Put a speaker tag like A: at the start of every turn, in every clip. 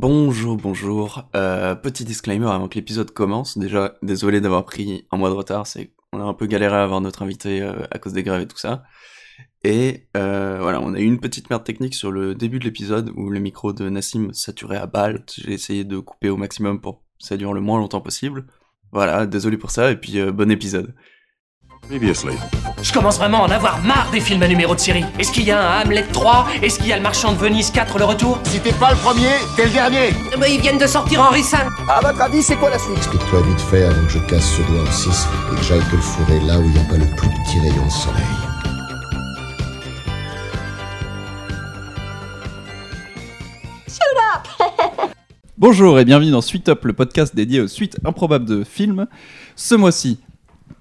A: Bonjour, bonjour. Euh, petit disclaimer avant que l'épisode commence. Déjà, désolé d'avoir pris un mois de retard. C'est on a un peu galéré à avoir notre invité euh, à cause des grèves et tout ça. Et euh, voilà, on a eu une petite merde technique sur le début de l'épisode où le micro de Nassim saturait à balle. J'ai essayé de couper au maximum pour que ça dure le moins longtemps possible. Voilà, désolé pour ça et puis euh, bon épisode.
B: Previously.
C: Je commence vraiment à en avoir marre des films à numéro de série. Est-ce qu'il y a un Hamlet 3 Est-ce qu'il y a le Marchand de Venise 4 le retour
D: Si t'es pas le premier, t'es le dernier
E: Mais Euh, bah, ils viennent de sortir Henri V.
D: À votre avis, c'est quoi la suite
F: Explique-toi vite fait avant que je casse ce doigt en 6 et que j'aille te le fourrer là où il n'y a pas le plus petit rayon de soleil.
G: Bonjour et bienvenue dans Suite Up, le podcast dédié aux suites improbables de films. Ce mois-ci,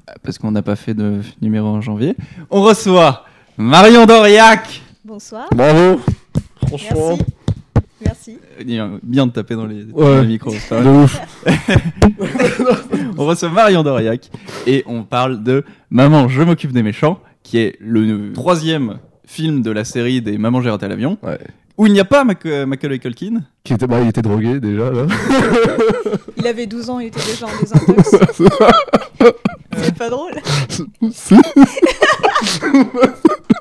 G: euh, parce qu'on n'a pas fait de numéro en janvier, on reçoit Marion Doriac
H: Bonsoir.
I: Bravo Franchement,
H: Merci. Merci.
G: Euh, Bien de taper dans les, dans
I: Ouais.
G: les micros. c'est pas
I: de
G: mal.
I: ouf.
G: on reçoit Marion Doriac et on parle de Maman, je m'occupe des méchants, qui est le troisième film de la série des Maman, j'ai raté l'avion,
I: Ouais.
G: où il n'y a pas Mac- euh, Macaulay Culkin.
I: Qui était, bah, il était drogué déjà là.
H: Il avait 12 ans, il était déjà en désintox. C'est pas drôle.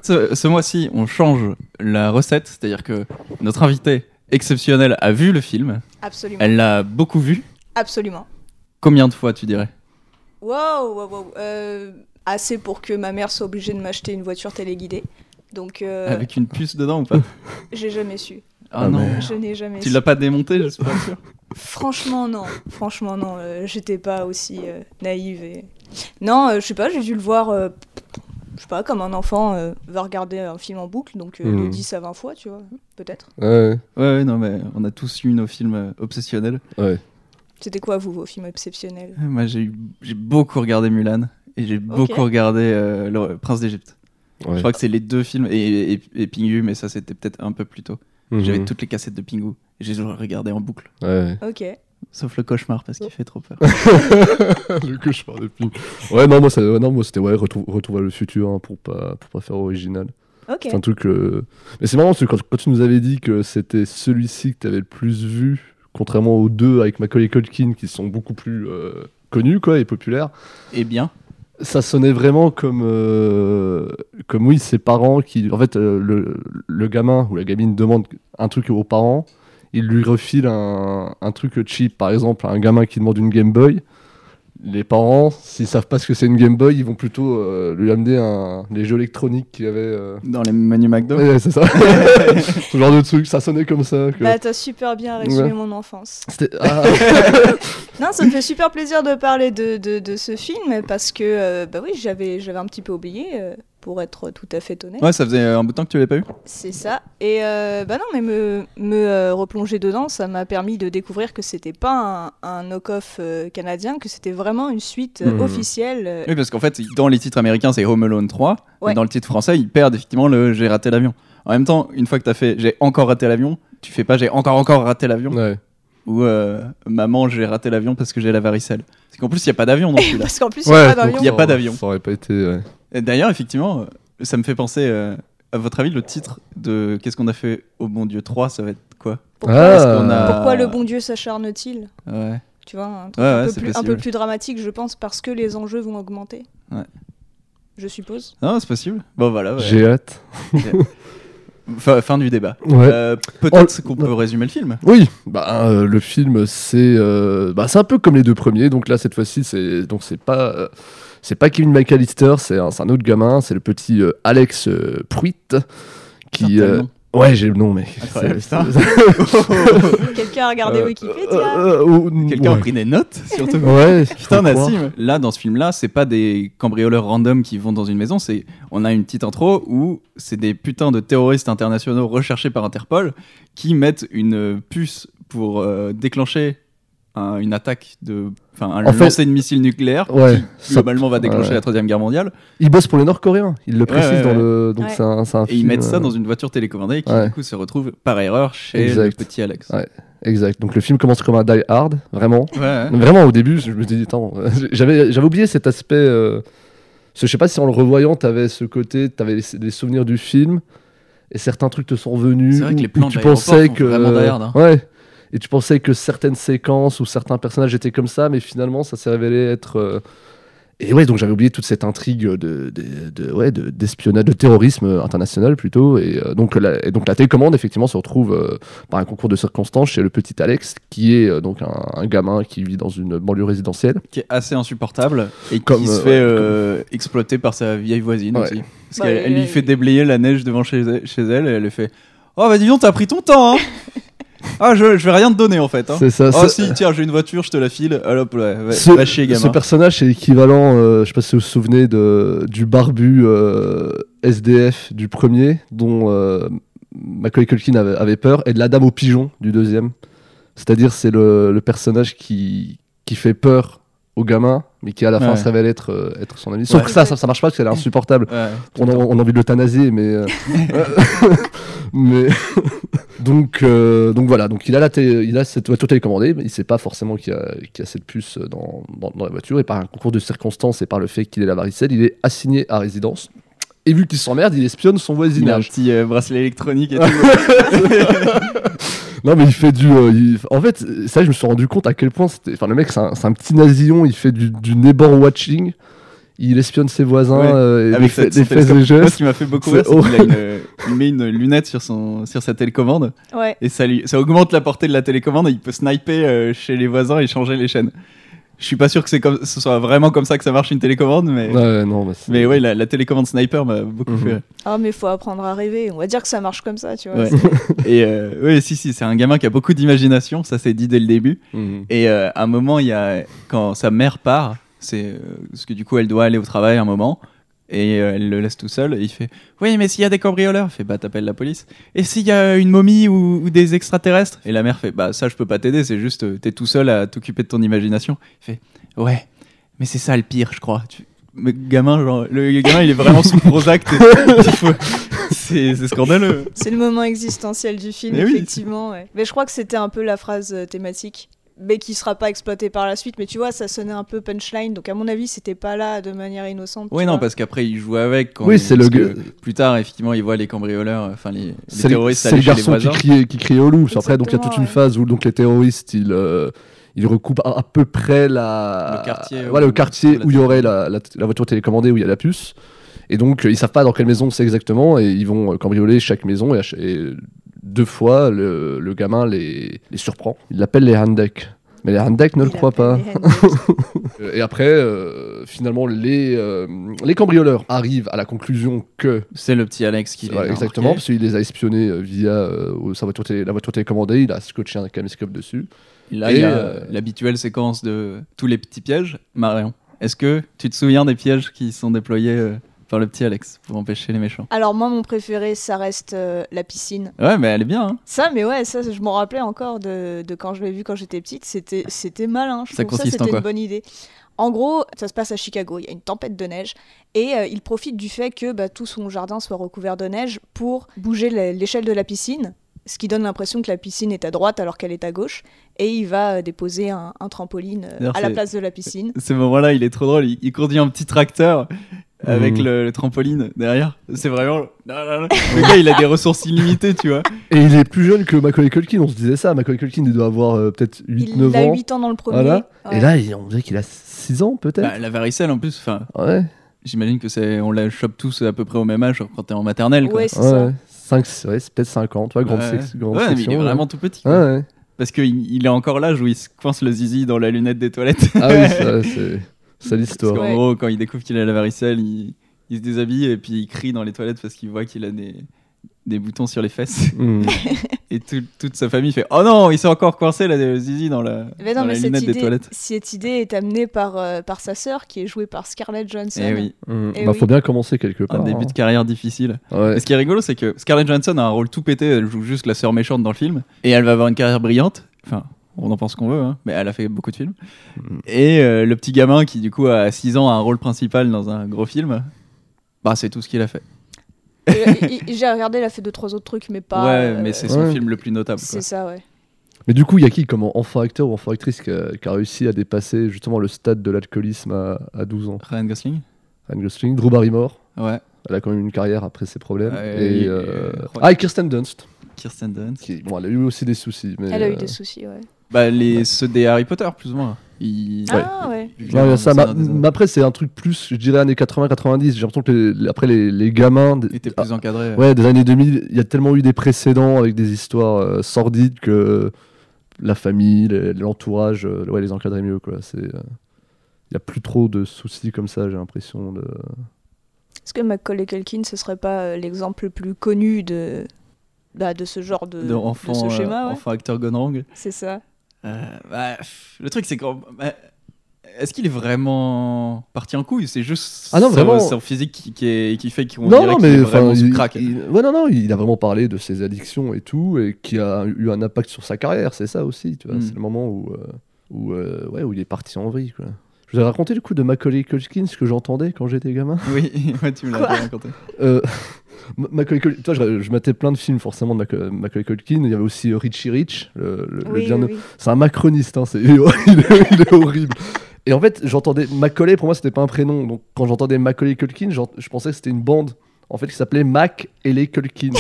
G: Ce, ce mois-ci, on change la recette, c'est-à-dire que notre invité exceptionnel a vu le film,
H: Absolument.
G: elle l'a beaucoup vu.
H: Absolument.
G: Combien de fois tu dirais
H: Wow, wow, wow. Euh, assez pour que ma mère soit obligée de m'acheter une voiture téléguidée. Donc, euh,
G: Avec une puce dedans ou pas
H: j'ai jamais su.
G: Ah
I: Ah,
G: non,
I: merde.
H: Je n'ai jamais
G: tu
H: su.
G: l'as pas démonté, je suis pas sûr.
H: Franchement, non. Franchement, non. Euh, J'étais pas aussi euh, naïve. Et... Non, euh, je sais pas, j'ai dû le voir, euh, je sais pas, comme un enfant euh, va regarder un film en boucle, donc euh,
G: Mm.
H: de
I: Hmm.
H: 10 à 20 fois, tu vois, peut-être.
I: Ouais,
G: Ouais, ouais, non, mais on a tous eu nos films euh, obsessionnels.
I: ouais.
H: C'était quoi, vous, vos films exceptionnels
G: Moi, j'ai eu- j'ai beaucoup regardé Mulan et j'ai beaucoup regardé euh, le Prince d'Égypte.
I: ouais.
G: Je crois que c'est les deux films et, et, et Pingu, mais ça c'était peut-être un peu plus tôt.
I: Mhm.
G: J'avais toutes les cassettes de Pingu et j'ai regardé en boucle.
I: Ouais.
H: Ok.
G: Sauf le cauchemar parce qu'il fait trop peur.
I: le cauchemar depuis. Ouais, non, moi, ça- ouais, non, moi c'était ouais, retrouve, retrouve vers le futur hein, pour, pas, pour pas faire original.
H: Ok.
I: C'est un truc. euh, Mais c'est marrant parce que quand, quand tu nous avais dit que c'était celui-ci que t'avais le plus vu, contrairement aux deux avec Macaulay Culkin qui sont beaucoup plus euh, connus quoi et populaires.
G: et bien,
I: ça sonnait vraiment comme, euh, comme oui, ses parents qui. En fait, euh, le, le gamin ou la gamine demande un truc aux parents, ils lui refilent un, un truc cheap. Par exemple, un gamin qui demande une Game Boy, les parents, s'ils savent pas ce que c'est une Game Boy, ils vont plutôt euh, lui amener un, les jeux électroniques qu'il y avait. euh.
G: dans les menus McDo.
I: Ouais, c'est ça. Ce genre de truc, ça sonnait comme ça. que-
H: Bah, t'as super bien résumé
I: Ouais.
H: mon enfance.
I: C'était- ah,
H: Non, ça me fait super plaisir de parler de, de, de ce film parce que, euh, bah oui, j'avais j'avais un petit peu oublié, euh, pour être tout à fait honnête.
G: Ouais, ça faisait un bout de temps que tu l'avais pas eu.
H: C'est ça. Et euh, bah non, mais me, me euh, replonger dedans, ça m'a permis de découvrir que c'était pas un, un knock-off euh, canadien, que c'était vraiment une suite euh,
I: Mhm.
H: officielle. euh,
G: Hmm. Oui, parce qu'en fait, dans les titres américains, c'est Home Alone 3.
H: Ouais.
G: Et dans le titre français, ils perdent effectivement le J'ai raté l'avion. En même temps, une fois que t'as fait J'ai encore raté l'avion, tu fais pas J'ai encore encore raté l'avion
I: ouais.
G: ou euh, Maman, j'ai raté l'avion parce que j'ai la varicelle. C'est qu'en plus, il n'y a pas d'avion non plus là.
H: Parce qu'en plus, il y a
I: Ouais,
H: pas
I: donc
H: d'avion.
G: y a pas d'avion.
I: Ça aurait pas été. ouais.
G: Et D'ailleurs, effectivement, euh, ça me fait penser, euh, à votre avis, le titre de Qu'est-ce qu'on a fait au bon Dieu 3, ça va être quoi
H: Pourquoi,
I: Ah.
H: est-ce que-
G: qu'on a-
H: pourquoi le bon Dieu s'acharne-t-il
G: Ouais.
H: Tu vois, un truc
G: Ouais, ouais,
H: un, peu
G: c'est
H: plus, un
G: possible.
H: peu plus dramatique, je pense, parce que les enjeux vont augmenter.
G: Ouais.
H: Je suppose.
G: Non, c'est possible. Bon, voilà. ouais.
I: J'ai hâte.
G: Fin, fin du débat.
I: Ouais.
G: Euh, Peut-être
I: Oh,
G: qu'on peut résumer le film.
I: Oui, bah, euh, le film, c'est euh, bah, c'est un peu comme les deux premiers. Donc là, cette fois-ci, c'est donc c'est pas euh, c'est pas Kevin McAllister, c'est un, c'est un autre gamin, c'est le petit euh, Alex euh, Pruitt qui
G: Putain,
I: euh,
G: tellement.
I: ouais j'ai le nom mais
G: Incroyable,
I: c'est-
G: putain.
I: c'est-
H: Quelqu'un a regardé
I: Euh,
H: Wikipédia
I: euh, euh, ou-
G: Quelqu'un
I: ouais.
G: a pris des notes, surtout.
I: Ouais,
G: Putain,
I: faut croire.
G: Nassim Là, dans ce film-là, c'est pas des cambrioleurs random qui vont dans une maison, c'est on a une petite intro où c'est des putains de terroristes internationaux recherchés par Interpol qui mettent une euh, puce pour euh, déclencher un- une attaque de, enfin, un
I: En fait-
G: lancer de missiles nucléaires
I: Ouais,
G: qui
I: ça-
G: globalement va déclencher
I: Ouais.
G: la troisième guerre mondiale
I: il bosse pour les Nord-Coréens, il le
G: Ouais,
I: précise
G: ouais,
I: dans
G: ouais.
I: le donc
H: Ouais.
I: c'est un, c'est un
G: et ils
I: film,
G: mettent ça
I: euh,
G: dans une voiture télécommandée qui
I: ouais.
G: du coup se retrouve par erreur chez le
I: Exact.
G: petit Alex.
I: Ouais. Exact. Donc le film commence comme un Die Hard, vraiment.
G: Ouais, ouais.
I: Vraiment, au début, je me dis, attends, j'avais, j'avais oublié cet aspect. euh, parce que je sais pas si en le revoyant, t'avais ce côté, t'avais les, les souvenirs du film, et certains trucs te sont venus.
G: C'est vrai que
I: ou-
G: les plans
I: ou tu
G: d'aéroport
I: pensais
G: sont
I: que.
G: vraiment Die Hard, hein.
I: Ouais. Et tu pensais que certaines séquences ou certains personnages étaient comme ça, mais finalement, ça s'est révélé être. euh, Et ouais, donc j'avais oublié toute cette intrigue de, de, de- ouais, de- d'espionnage, de terrorisme international plutôt. Et, euh, donc, la, et donc la télécommande, effectivement, se retrouve euh, par un concours de circonstances chez le petit Alex, qui est euh, donc un, un gamin qui vit dans une banlieue résidentielle.
G: qui est assez insupportable et
I: Comme,
G: qui se
I: euh,
G: fait
I: ouais,
G: euh, exploiter par sa vieille voisine
I: Ouais.
G: aussi. Parce
H: Bah,
G: qu'elle elle lui
H: euh,
G: fait déblayer la neige devant chez elle, chez elle et elle lui fait Oh bah dis donc, t'as pris ton temps hein Ah, je, je vais rien te donner en fait. Hein.
I: C'est ça.
G: Oh
I: c'est-
G: si, tiens, j'ai une voiture, je te la file. Ah, hop, ouais, va,
I: ce,
G: va chier, gamin.
I: ce personnage, c'est l'équivalent, euh, je sais pas si vous vous souvenez, de, du barbu euh, SDF du premier, dont euh, Macaulay Culkin avait, avait peur, et de la dame au pigeon du deuxième. C'est-à-dire, c'est le, le personnage qui, qui fait peur au gamin, mais qui à la fin
G: Ouais.
I: se révèle être, euh, être son ami. Sauf
G: Ouais.
I: que ça, ça, ça marche pas parce qu'elle est insupportable
G: Ouais.
I: on a, on a envie de l'euthanasier, mais. euh, mais. donc, euh, donc voilà, donc il a, la télé- il a cette voiture télécommandée, mais il sait pas forcément qu'il y, a- qu'il y a cette puce euh, dans, dans- dans la voiture, et par un concours de circonstances et par le fait qu'il ait la varicelle, il est assigné à résidence. Et vu qu'il s'emmerde, il espionne son
G: Il a un
I: voisinage.
G: petit euh, bracelet électronique et tout.
I: Non, mais il fait du. euh, il- En fait, ça, je me suis rendu compte à quel point. c'était- Enfin, le mec, c'est un, c'est un petit nasillon, il fait du, du neighbor watching, il espionne ses voisins,
G: Ouais,
I: euh, et
G: avec
I: il fait
G: cette-
I: des
G: cette-
I: fesses et
G: Moi, ce
I: gestes.
G: qui m'a fait beaucoup
I: C'est
G: rire, c'est qu'il a une- il met une lunette sur, son, sur sa télécommande
H: Ouais.
G: et ça, lui, ça augmente la portée de la télécommande et il peut sniper euh, chez les voisins et changer les chaînes. Je suis pas sûr que c'est comme, ce soit vraiment comme ça que ça marche une télécommande, mais,
I: Ouais, non, mais c'est-
G: mais ouais, la, la télécommande sniper m'a beaucoup
I: Mhm.
G: fait rire.
H: Ah, mais faut apprendre à rêver. On va dire que ça marche comme ça, tu vois.
G: Ouais. et euh, ouais, si, si, c'est un gamin qui a beaucoup d'imagination, ça c'est dit dès le début.
I: Mhm.
G: Et euh, à un moment, il y a quand sa mère part, c'est euh, parce que du coup elle doit aller au travail un moment et euh, elle le laisse tout seul. Et il fait oui, mais s'il y a des cambrioleurs, il fait bah t'appelles la police. Et s'il y a une momie ou, ou des extraterrestres Et la mère fait bah ça je peux pas t'aider, c'est juste euh, t'es tout seul à t'occuper de ton imagination. Il fait ouais, mais c'est ça le pire, je crois. Tu- Mais gamin, genre, le gamin il est vraiment sous Prozac. t'es- il faut- C'est c'est scandaleux.
H: C'est le moment existentiel du film,
G: Mais oui,
H: effectivement. ouais. Mais je crois que c'était un peu la phrase euh, thématique, mais qui sera pas exploitée par la suite. Mais tu vois, ça sonnait un peu punchline, donc à mon avis, c'était pas là de manière innocente.
G: Oui,
H: tu
G: non,
H: vois.
G: parce qu'après, il joue avec. Quand
I: Oui,
G: il-
I: c'est le
G: parce que
I: gue-
G: Plus tard, effectivement, il voit les cambrioleurs, euh, enfin, les, les
I: C'est le,
G: terroristes
I: c'est le
G: aller chez les
I: garçon qui
G: voisins.
I: crie, qui crie au loup. Après, donc il y a toute
H: Exactement,
I: une
H: ouais.
I: phase où donc les terroristes ils, euh, ils recoupent à, à peu près la
G: Le quartier
I: ouais,
G: où-
I: le quartier
G: où la
I: où il y aurait la, la- la voiture télécommandée où il y a la puce. Et donc euh, ils savent pas dans quelle maison c'est exactement et ils vont euh, cambrioler chaque maison et, à ch- et deux fois le, le gamin les, les surprend. Il l'appelle les handek. Mais les handek ne le
H: Il
I: croient pas.
H: appelle les handbells.
I: Euh, Et après, euh, finalement, les, euh, les cambrioleurs arrivent à la conclusion que
G: C'est le petit Alex qui
I: Ouais,
G: l'a
I: exactement,
G: embarqué.
I: parce qu'il les a espionnés euh, via euh, sa voiture télé- la voiture télécommandée, il a scotché un caméscope dessus.
G: Là,
I: Et,
G: il y a
I: euh,
G: l'habituelle séquence de tous les petits pièges. Marion, est-ce que tu te souviens des pièges qui sont déployés euh, par le petit Alex pour empêcher les méchants
H: Alors moi, mon préféré, ça reste euh, la piscine.
G: Ouais, mais elle est bien. hein.
H: Ça, mais ouais, ça, je m'en rappelais encore de, de quand je l'ai vu quand j'étais petite. C'était, c'était malin. Je
G: Ça
H: trouve
G: consiste en
H: ça, c'était
G: quoi
H: une bonne idée. En gros, ça se passe à Chicago. Il y a une tempête de neige et euh, il profite du fait que bah, tout son jardin soit recouvert de neige pour bouger la- l'échelle de la piscine, ce qui donne l'impression que la piscine est à droite alors qu'elle est à gauche. Et il va euh, déposer un, un trampoline euh,
G: D'ailleurs,
H: à la
G: c'est-
H: place de la piscine.
G: Ce moment-là, il est trop drôle. Il, il conduit un petit tracteur avec
I: Mhm.
G: le, le trampoline derrière. C'est vraiment. Non, non, non. Le gars, il a des ressources illimitées, tu vois.
I: Et il est plus jeune que Macaulay Culkin, on se disait ça. Macaulay Culkin, il doit avoir euh, peut-être
H: Il
I: 8-9
H: a
I: ans.
H: 8 ans dans le premier.
I: Voilà.
H: Ouais.
I: Et là, il- on dirait qu'il a 6 ans peut-être.
G: Bah, la varicelle, en plus, enfin,
I: ouais,
G: J'imagine que c'est, on la chope tous à peu près au même âge genre quand t'es en maternelle. Quoi.
H: Ouais, c'est ça.
I: ouais. Cinq- ouais, c'est peut-être 5 ans, tu vois, grande,
G: Ouais.
I: sex- grande
G: Ouais, mais
I: section,
G: il est
I: ouais.
G: vraiment tout petit.
I: Ouais,
G: quoi.
I: ouais.
G: Parce qu'il il est encore l'âge où il se coince le zizi dans la lunette des toilettes.
I: Ah oui, ça, c'est- c'est
G: Parce
I: l'histoire.
G: qu'en
H: Ouais.
G: gros, quand il découvre qu'il a la varicelle, il, il se déshabille et puis il crie dans les toilettes parce qu'il voit qu'il a des, des boutons sur les fesses.
I: Hmm.
G: Et tout- toute sa famille fait Oh non, il s'est encore coincé la le zizi dans la,
H: Mais
G: dans
H: non,
G: la
H: mais cette
G: lunette des
H: idée,
G: toilettes.
H: cette idée est amenée par, euh, par sa sœur qui est jouée par Scarlett Johansson.
G: Eh oui,
I: Hmm.
H: Eh
I: Bah,
H: oui.
I: Faut bien commencer quelque
G: un
I: part.
G: début de carrière difficile.
I: hein. Ouais.
G: Et ce qui est rigolo, c'est que Scarlett Johansson a un rôle tout pété, elle joue juste la sœur méchante dans le film, et elle va avoir une carrière brillante. Enfin, on en pense qu'on veut, hein, mais elle a fait beaucoup de films.
I: Mm.
G: Et euh, le petit gamin qui, du coup, à 6 ans, a un rôle principal dans un gros film, bah, c'est tout ce qu'il a fait.
H: Et- et- et J'ai regardé, elle a fait deux trois autres trucs, mais pas.
G: ouais,
H: euh,
G: mais c'est son
I: Ouais.
G: film le plus notable. quoi.
H: C'est ça, ouais.
I: Mais du coup, il y a qui comme enfant acteur ou enfant actrice qui a, qui a réussi à dépasser justement le stade de l'alcoolisme à, à 12 ans
G: Ryan Gosling
I: Ryan Gosling, Drew Barrymore,
G: Ouais.
I: elle a quand même une carrière après ses problèmes.
G: Ouais,
I: et,
G: il-
I: euh,
G: ouais.
I: Ah, et Kirsten Dunst.
G: Kirsten Dunst.
I: Qui- bon, elle a eu aussi des soucis. Mais,
H: Elle a eu
I: euh,
H: des soucis, ouais.
G: Bah, les, ceux des Harry Potter, plus ou moins. Ils-
H: Ah ouais.
G: Vu que
I: Ouais,
G: j'ai un
I: ça,
G: Seigneur
I: m'a-
G: des Anneaux,
I: mais après, c'est un truc plus, je dirais, années 80-90. J'ai l'impression que les- après, les, les gamins. des- ah,
G: étaient plus encadrés.
I: Ouais, des années 2000, il y a tellement eu des précédents avec des histoires euh, sordides que la famille, les- l'entourage, euh, ouais, les encadrait mieux. quoi. C'est, euh, Il n'y a plus trop de soucis comme ça, j'ai l'impression. De...
H: Est-ce que Macaulay Culkin, ce serait pas euh, l'exemple le plus connu de, bah, de ce genre de,
G: de enfant,
H: de ce
G: euh,
H: schéma ouais.
G: enfant acteur gone wrong.
H: C'est ça.
G: Euh, bah, pff, le truc, c'est qu'en. bah, est-ce qu'il est vraiment parti en couille C'est juste
I: Ah non,
G: son, euh,
I: vraiment.
G: son physique qui, qui est- qui fait qu'on dirait qu'il est
I: enfin,
G: vraiment sous
I: il,
G: crack.
I: il- ouais, non, non, il a vraiment parlé de ses addictions et tout, et qui a eu un impact sur sa carrière, c'est ça aussi. tu vois.
G: Mm.
I: C'est le moment où, euh, où, euh, ouais, où il est parti en vrille. Quoi. Je vous avais raconté le coup de Macaulay Culkin, ce que j'entendais quand j'étais gamin.
G: Oui, ouais, tu me l'as
H: Quoi
G: bien raconté.
I: Euh, Ma- Macaulay Cul- Toi, je, je matais plein de films forcément de Maca- Macaulay Culkin. Il y avait aussi euh, Richie Rich, le, le- le
H: Oui,
I: bien-
H: oui, oui.
I: C'est un macroniste, hein, c'est... il, est, il est- il est horrible. Et en fait, j'entendais Macaulay, pour moi, c'était pas un prénom. Donc, quand j'entendais Macaulay Culkin, j'en- je pensais que c'était une bande. En fait, qui s'appelait Mac et les Culkin.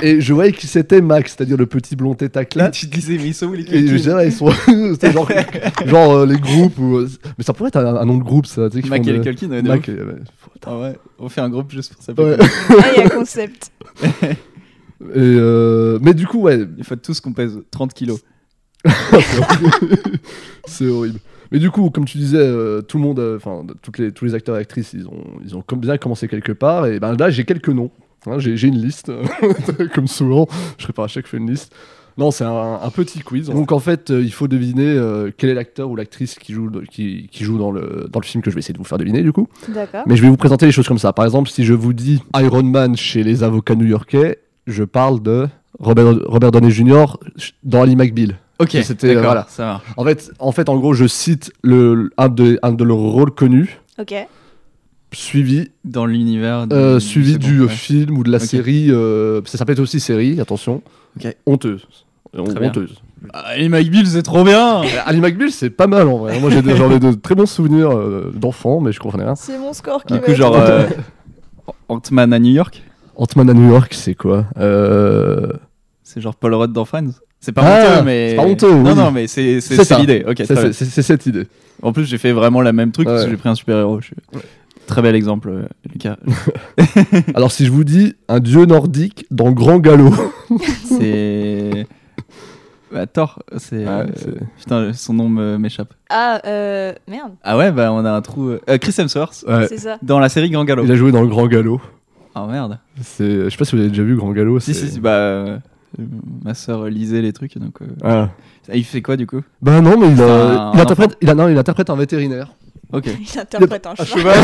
I: et je voyais qui c'était Mac, c'est-à-dire le petit blond tête à claque.
G: tu te disais, mais ils sont où les
I: Et je disais,
G: Culkin
I: ouais, ils sont. c'était genre, genre, euh, les groupes. ou, euh, Mais ça pourrait être un, un nom de groupe, ça. tu sais, qui
G: Mac
I: font
G: et
I: de-
G: les Culkin, ouais, de
I: Mac,
G: ouf.
I: euh, ouais.
G: Ah ouais, on fait un groupe juste pour ça.
I: Ouais.
H: Ah, il y a un concept.
I: Et, euh, Mais du coup, ouais,
G: Il faut tous qu'on pèse 30 kilos.
I: c'est horrible. Mais du coup, comme tu disais, euh, tout le monde, euh, enfin, de- toutes les, tous les acteurs et actrices, ils ont, ils ont comme bien commencé quelque part. Et ben là, j'ai quelques noms. Hein, j'ai j'ai une liste, comme souvent. Je prépare à chaque fois une liste. Non, c'est un, un petit quiz. Donc en fait, euh, il faut deviner euh, quel est l'acteur ou l'actrice qui joue, dans- qui, qui joue dans, le, dans le film que je vais essayer de vous faire deviner du coup.
H: D'accord.
I: Mais je vais vous présenter les choses comme ça. Par exemple, si je vous dis Iron Man chez les avocats new-yorkais, je parle de Robert, Robert Downey Jr. dans Ali McBeal.
G: Ok,
I: C'était- euh,
G: d'accord,
I: voilà.
G: ça marche.
I: En fait, en fait, en gros, je cite le, un, de, un de leurs rôles connus,
H: Ok.
I: suivi,
G: Dans l'univers. du-
I: euh, suivi
G: Hmm, c'est bon,
I: du euh,
G: ouais.
I: film ou de la
G: Ok.
I: série. euh, ça s'appelle aussi série, attention.
G: Ok.
I: Honteuse. Euh,
G: Très bien.
I: honteuse.
G: Ah, et Mike Bill, c'est trop bien
I: Euh, Ali McBeal, c'est pas mal en vrai. Moi, j'ai des- j'en ai de très bons souvenirs euh, d'enfant, mais je comprenais rien.
H: C'est mon score qui
G: Du
H: va
G: coup,
H: être-
G: genre. euh, Ant-Man à New York
I: Ant-Man à New York, c'est quoi Euh,
G: C'est genre Paul Rudd dans Friends. C'est pas
I: Ah,
G: honteux, mais.
I: c'est pas honteux,
G: Non,
I: oui.
G: non, mais c'est
I: C'est
G: c'est- c'est
I: ça.
G: l'idée. Ok,
I: ça,
G: très bien.
I: C'est c'est- c'est cette idée.
G: En plus, j'ai fait vraiment la même truc parce que
I: Ouais.
G: j'ai pris un super-héros. Je suis- Très bel exemple, euh, Lucas.
I: Alors, si je vous dis un dieu nordique dans Grand Galop,
G: C'est. Bah, Thor, c'est.
I: Ouais,
G: euh,
I: c'est-
G: Putain, son nom me- m'échappe.
H: Ah, euh, merde,
G: Ah ouais, bah on a un trou. euh, euh, Chris Hemsworth
I: Ouais.
H: c'est ça.
G: dans la série Grand Gallo.
I: il a joué dans le Grand Galop.
G: Ah merde.
I: C'est- Je sais pas si vous avez déjà vu Grand Galop.
G: Si,
I: c'est-
G: si, si, bah. euh, ma soeur lisait les trucs, donc. euh,
I: Ah.
G: ça- Il fait quoi du coup
I: Bah non, mais il,
G: C'est
I: a,
G: un-
I: il
G: un
I: interprète, il, a- non, il interprète un vétérinaire.
G: Ok.
H: Il interprète un cheval.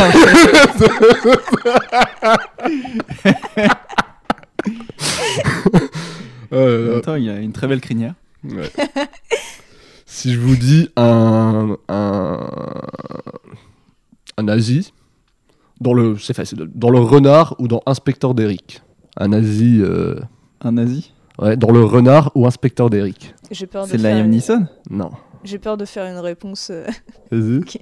G: En même temps, il a une très belle crinière.
I: Ouais. si je vous dis un un un nazi dans le c'est facile dans le renard ou dans Inspecteur d'Eric. Un nazi euh,
G: Un nazi
I: ouais dans le renard ou Inspecteur d'Eric.
H: J'ai peur, de
G: C'est de
H: faire
G: Liam
H: une-
G: Neeson
I: Non.
H: J'ai peur de faire une réponse. euh,
I: Vas-y.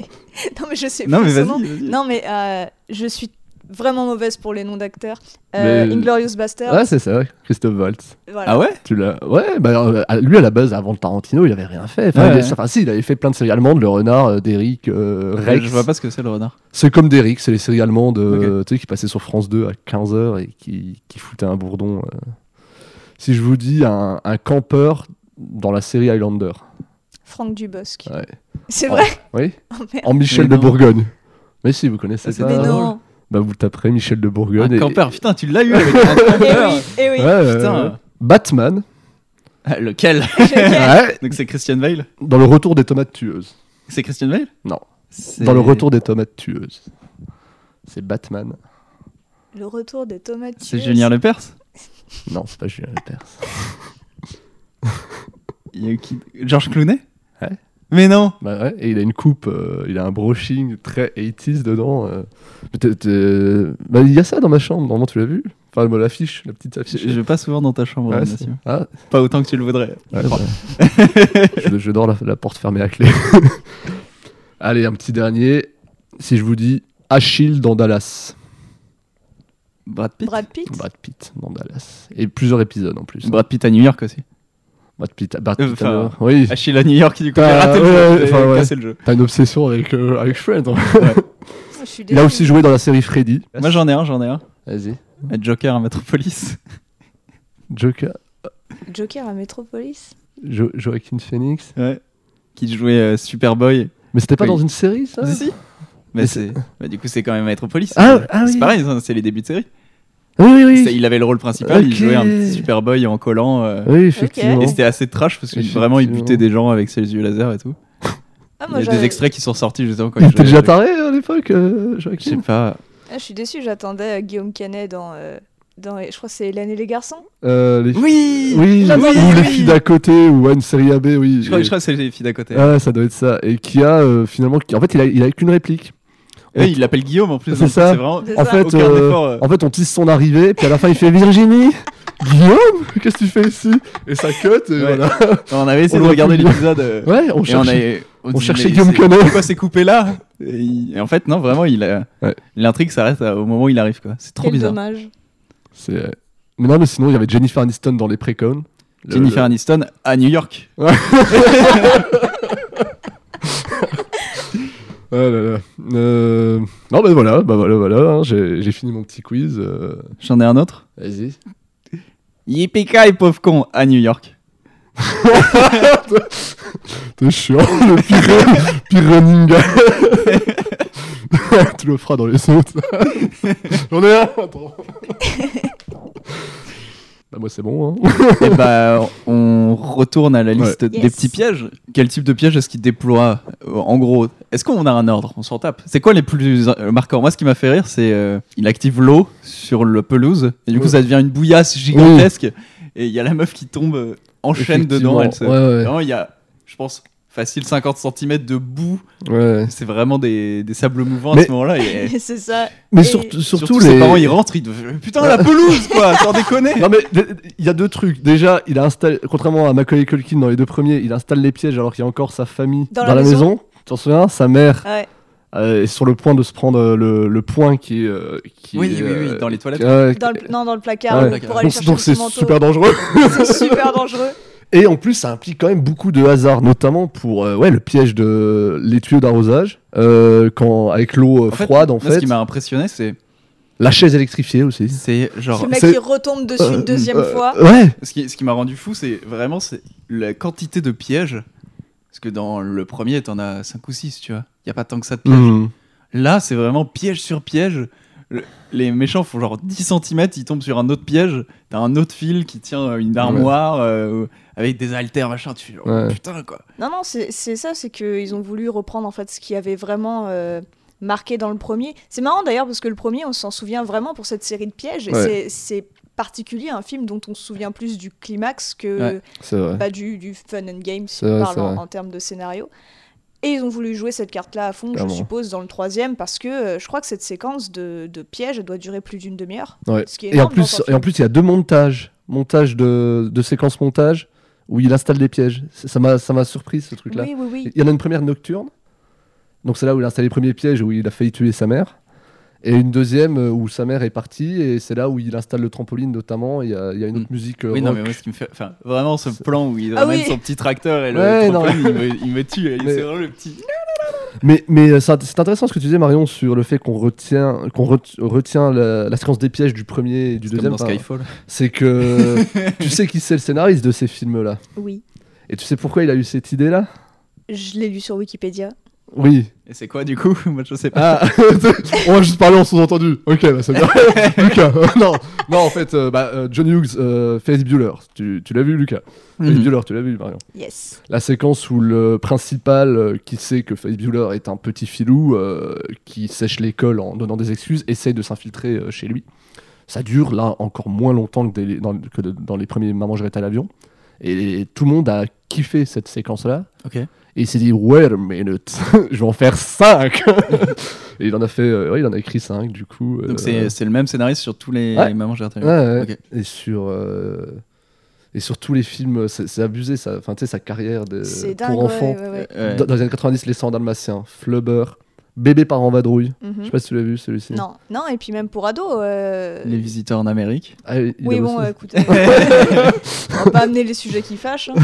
H: non, mais je sais
G: Non,
H: pas
G: mais
H: son
G: vas-y.
H: nom.
G: vas-y.
H: Non, mais euh, je suis vraiment mauvaise pour les noms d'acteurs. Euh,
I: Mais-
H: Inglorious Bastard.
I: Ouais, c'est ça, Christophe Waltz.
H: voilà.
G: Ah ouais
I: Tu l'as Ouais, bah euh, à- lui à la base avant Tarantino, il avait rien fait. Enfin,
G: Ouais,
I: il-
G: ouais.
I: enfin, si, il avait fait plein de séries allemandes, le renard euh, d'Eric euh, Rex.
G: Je vois pas ce que c'est le renard.
I: C'est comme Derrick, c'est les séries allemandes euh, tu sais, qui passaient sur France 2 à 15h et qui, qui foutaient un bourdon. euh. Si je vous dis un, un campeur dans la série Highlander,
H: Franck Dubosc.
I: Ouais.
H: C'est
I: Oh.
H: vrai
I: oui
H: Oh, merde.
I: En Michel
G: Mais
I: de
G: non.
I: Bourgogne. Mais si, vous connaissez
G: Ah, c'est
I: ça.
H: Mais
G: Ah,
H: non.
I: Bah vous taperez Michel de
G: Un
I: Bourgogne. et-
G: campeur, putain, tu l'as eu avec un
H: Eh
G: campeur
H: oui, eh oui.
I: Ouais, euh,
G: Putain.
I: Batman,
G: Ah, Lequel
H: Lequel
I: ouais,
G: Donc c'est Christian Bale
I: dans le retour des tomates tueuses.
G: C'est Christian Bale
I: Non.
G: C'est-
I: Dans le retour des tomates tueuses. C'est Batman.
H: Le retour des tomates.
G: C'est
H: tueuses.
G: Julien Lepers
I: Non, c'est pas Julien Lepers.
G: Il y a qui Georges Clooney
I: Ouais.
G: Mais non
I: Bah ouais, et il a une coupe, euh, il a un brushing très 80s dedans. euh. Mais t'es- t'es- Bah, il y a ça dans ma chambre, normalement tu l'as vu Enfin, moi, l'affiche, la petite
G: je,
I: affiche.
G: je vais pas souvent dans ta chambre,
I: Ouais, c'est-
G: Mathieu.
I: Ah,
G: Pas autant que tu le voudrais.
I: ouais, bah. je, je dors la, la porte fermée à clé. Allez, un petit Bah, dernier. Si je vous dis Achille dans Dallas.
G: Brad Pitt.
H: Brad Pitt
I: Brad Pitt dans Dallas. Et plusieurs épisodes en plus. hein.
G: Brad Pitt à New York aussi.
I: Brad Pitt. Brad
G: Euh,
I: Pitt à
G: enfin,
I: New York. oui,
G: Achille à New York, du coup, il
I: Ah,
G: a raté le
I: ouais,
G: jeu.
I: ouais,
G: il a
I: enfin, ouais.
G: cassé le jeu.
I: t'as une obsession avec, euh, avec Fred. hein.
H: Oh, Je suis
I: Il a
H: désolée.
I: aussi joué dans la série Freddy.
G: Moi, j'en ai un, j'en ai un.
I: Vas-y.
G: Un Joker à Metropolis.
I: Joker.
H: Joker à Metropolis
I: Jo- Joaquin Phoenix.
G: Ouais. Qui jouait euh, Superboy.
I: Mais c'était pas
G: Oui.
I: dans une série ça
G: Si, si. Mais
I: Mais
G: c'est... bah, du coup, c'est quand même Metropolis.
I: Ah, ah
G: c'est
I: oui.
G: pareil, ça, c'est les débuts de série.
I: Oui, oui,
G: C'est-
I: oui.
G: Il avait le rôle principal, il
I: Ok.
G: jouait un petit Superboy en collant. euh,
I: Oui, effectivement.
G: Et c'était assez trash parce que
I: Effectivement.
G: vraiment, il butait des gens avec ses yeux laser et tout.
H: Ah,
G: Il y a
H: j'avais-
G: des extraits qui sont sortis justement quand
I: Il
G: il
I: était
G: jouait
I: déjà
G: avec-
I: taré à l'époque, euh,
G: Je sais
I: Joaquin.
G: pas.
H: Ah, je suis déçue, j'attendais euh, Guillaume Canet dans, euh, dans. Je crois que c'est L'année les garçons.
I: Euh, les...
A: Oui
I: Oui,
G: J'adore.
I: ou
G: Oui,
I: les
G: oui.
I: filles d'à côté, ou une série AB, oui.
G: Je crois, je crois que c'est les filles d'à côté.
I: Ah, ça doit être ça. Et qui a euh, finalement. qui- En fait, il a, il a qu'une réplique.
G: Eh, il l'appelle Guillaume en plus.
I: C'est
G: donc
I: ça.
G: C'est vraiment.
H: C'est
I: En
H: ça.
I: fait,
G: Aucun
I: euh,
G: effort, euh.
I: en fait, on tisse son arrivée, puis à la fin, il fait Virginie Guillaume Qu'est-ce que tu fais ici Et ça cut, et
G: Ouais.
I: voilà.
G: On avait essayé
I: On
G: de
I: l'a
G: regarder
I: plus-
G: l'épisode. euh,
I: Ouais, on
G: et on,
I: cherche.
G: avait- on
I: on
G: dit,
I: cherchait
G: mais
I: Guillaume
G: c'est-
I: Canet.
G: Pourquoi c'est coupé là et, il- et en fait, non, vraiment, il a-
I: Ouais.
G: l'intrigue s'arrête à- au moment où il arrive. quoi. C'est trop
H: Quel
G: bizarre.
H: dommage.
I: C'est- euh, Mais non, mais sinon, il y avait Jennifer Aniston dans Les Précones. Le-
G: Jennifer Aniston à New York.
I: le- Ah là là. Euh, Non, bah voilà, bah voilà, voilà. hein, J'ai j'ai fini mon petit quiz. euh,
G: J'en ai un autre.
I: Vas-y.
G: Yippee pauvre con à New York.
I: T'es chiant, le pire, pire running gag. tu le feras dans les autres. J'en ai un, attends. bah, moi, c'est bon, hein.
G: et bah, on retourne à la
I: Ouais.
G: liste des
H: Yes.
G: petits pièges. Quel type de piège est-ce qu'il déploie euh, En gros, est-ce qu'on a un ordre On s'en tape. C'est quoi les plus euh, marquants Moi, ce qui m'a fait rire, c'est euh, il active l'eau sur le pelouse et du coup,
I: Ouais.
G: ça devient une bouillasse gigantesque. Et il y a la meuf qui tombe euh, en chaîne dedans. Elle se-
I: Effectivement, Ouais,
G: Vraiment, il y a, je pense, facile 50 cm de boue.
I: ouais. ouais.
G: C'est vraiment des, des sables mouvants à
I: Mais-
G: ce moment-là. Et,
H: c'est ça.
I: Mais
H: Et-
I: surtout, surtout,
G: surtout,
I: les.
G: ses parents, ils rentrent, ils doivent- Putain, la pelouse, quoi Sans déconner
I: Non, mais d- il y a deux trucs. Déjà, il a installé, contrairement à Macaulay Culkin dans les deux premiers, il installe les pièges alors qu'il y a encore sa famille dans, la, maison. Tu t'en souviens Sa mère
H: Ouais.
I: euh, est sur le point de se prendre euh, le, le point qui est. euh, qui
G: Oui,
I: est,
G: oui, oui,
I: euh,
G: dans les toilettes.
I: qui- ouais,
H: Dans le, non, dans le placard
I: Ouais.
H: euh, pour aller
I: donc
H: chercher
I: donc
H: son
I: c'est
H: manteau.
I: super dangereux.
H: C'est super dangereux.
I: Et en plus, ça implique quand même beaucoup de hasard, notamment pour euh, ouais, le piège de les tuyaux d'arrosage, euh, quand avec l'eau euh,
G: En fait,
I: froide en
G: Moi, ce
I: fait,
G: qui m'a impressionné, c'est
I: la chaise électrifiée aussi.
G: c'est genre
H: Ce mec
I: c'est-
H: qui retombe dessus
I: Euh,
H: une deuxième
I: euh,
H: fois.
I: Ouais.
G: ce qui, ce qui m'a rendu fou, c'est vraiment c'est la quantité de pièges. Parce que dans le premier, t'en as 5 ou 6, tu vois. Il y a pas tant que ça de pièges.
I: Mhm.
G: Là, c'est vraiment piège sur piège. Le- les méchants font genre 10 cm, ils tombent sur un autre piège. T'as un autre fil qui tient euh, une armoire euh, avec des haltères, machin. Tu fais genre,
I: Ouais.
G: putain, quoi.
H: Non, non, c'est c'est ça, c'est qu'ils ont voulu reprendre en fait ce qui avait vraiment euh, marqué dans le premier. C'est marrant d'ailleurs parce que le premier, on s'en souvient vraiment pour cette série de pièges. et
I: Ouais.
H: c'est- C'est particulier, un film dont on se souvient plus du climax que
G: Ouais.
I: C'est vrai.
H: bah, du, du fun and game, si
I: C'est
H: on
I: vrai,
H: parle
I: c'est
H: en,
I: vrai.
H: en termes de scénario. Et ils ont voulu jouer cette carte-là à fond,
I: Clairement.
H: je suppose, dans le troisième, parce que euh, je crois que cette séquence de, de pièges, elle doit durer plus d'une demi-heure.
I: Ouais.
H: Ce qui est
I: Et en
H: énorme dans
I: plus,
H: un
I: et en
H: film.
I: plus, il y a deux montages, montage de, de séquences montage où il installe des pièges. C'est- Ça m'a, ça m'a surpris ce truc-là.
H: Oui, oui, oui.
I: Il y en a une première nocturne, donc c'est là où il a installé les premiers pièges où il a failli tuer sa mère, et une deuxième euh, où sa mère est partie et c'est là où il installe le trampoline notamment. et Il y a, il y a une autre
G: Mm.
I: musique. euh,
G: Oui, non,
I: rock.
G: mais moi, ce qui me fait. Enfin, vraiment, ce plan où il
H: Ah
G: ramène
H: oui.
G: son petit tracteur et le
I: Ouais, non.
G: trampoline, il, me, il me tue. et
I: Mais-
G: C'est vraiment le petit.
I: Mais, mais euh, c'est int- c'est intéressant ce que tu disais, Marion, sur le fait qu'on retient, qu'on ret- retient la, la séquence des pièges du premier et du
G: C'est
I: deuxième. hein.
G: comme dans
I: enfin,
G: Skyfall.
I: C'est que tu sais qui c'est le scénariste de ces films-là.
H: Oui.
I: Et tu sais pourquoi il a eu cette idée-là
H: Je l'ai lu sur Wikipédia.
I: Oui.
G: Et c'est quoi du coup Moi, je sais pas.
I: Ah, on va juste parler en sous-entendu. Ok, bah, ça veut dire. Lucas, euh, non, non, en fait, euh, bah, euh, John Hughes, euh, Ferris Bueller, tu, tu l'as vu, Lucas Ferris
G: Mhm.
I: Bueller, tu l'as vu, Marion
H: Yes.
I: La séquence où le principal, euh, qui sait que Ferris Bueller est un petit filou, euh, qui sèche l'école en donnant des excuses, essaye de s'infiltrer euh, chez lui. Ça dure, là, encore moins longtemps que, des- dans, que de- dans les premiers Maman, j'arrête à l'avion. Et tout le monde a kiffé cette séquence-là.
G: Ok.
I: Et il s'est dit, wait a minute, je vais en faire 5 Et il en a fait, euh, ouais, il en a écrit 5 du coup. euh,
G: Donc, c'est c'est le même scénariste sur tous les
I: Ouais.
G: Maman, j'ai raté
I: ouais,
G: l'avion.
I: ouais.
G: Ok.
I: Et sur. euh, Et sur tous les films, c'est c'est abusé, ça. Enfin, tu sais, sa carrière de,
H: C'est dingue.
I: Euh, pour
H: ouais,
I: enfants. Euh,
H: ouais, ouais.
G: Euh, Ouais.
I: Dans, dans les années 90, Les 100 Dalmatiens, bah, Flubber, Bébé part en vadrouille. Je
H: Mhm.
I: sais pas si tu l'as vu celui-ci.
H: Non, non, et puis même pour ados. euh,
G: Les visiteurs en Amérique.
I: Ah, il
H: Oui,
I: a
H: bon,
I: aussi-
H: euh, écoute, euh, on va pas amener les sujets qui fâchent. hein.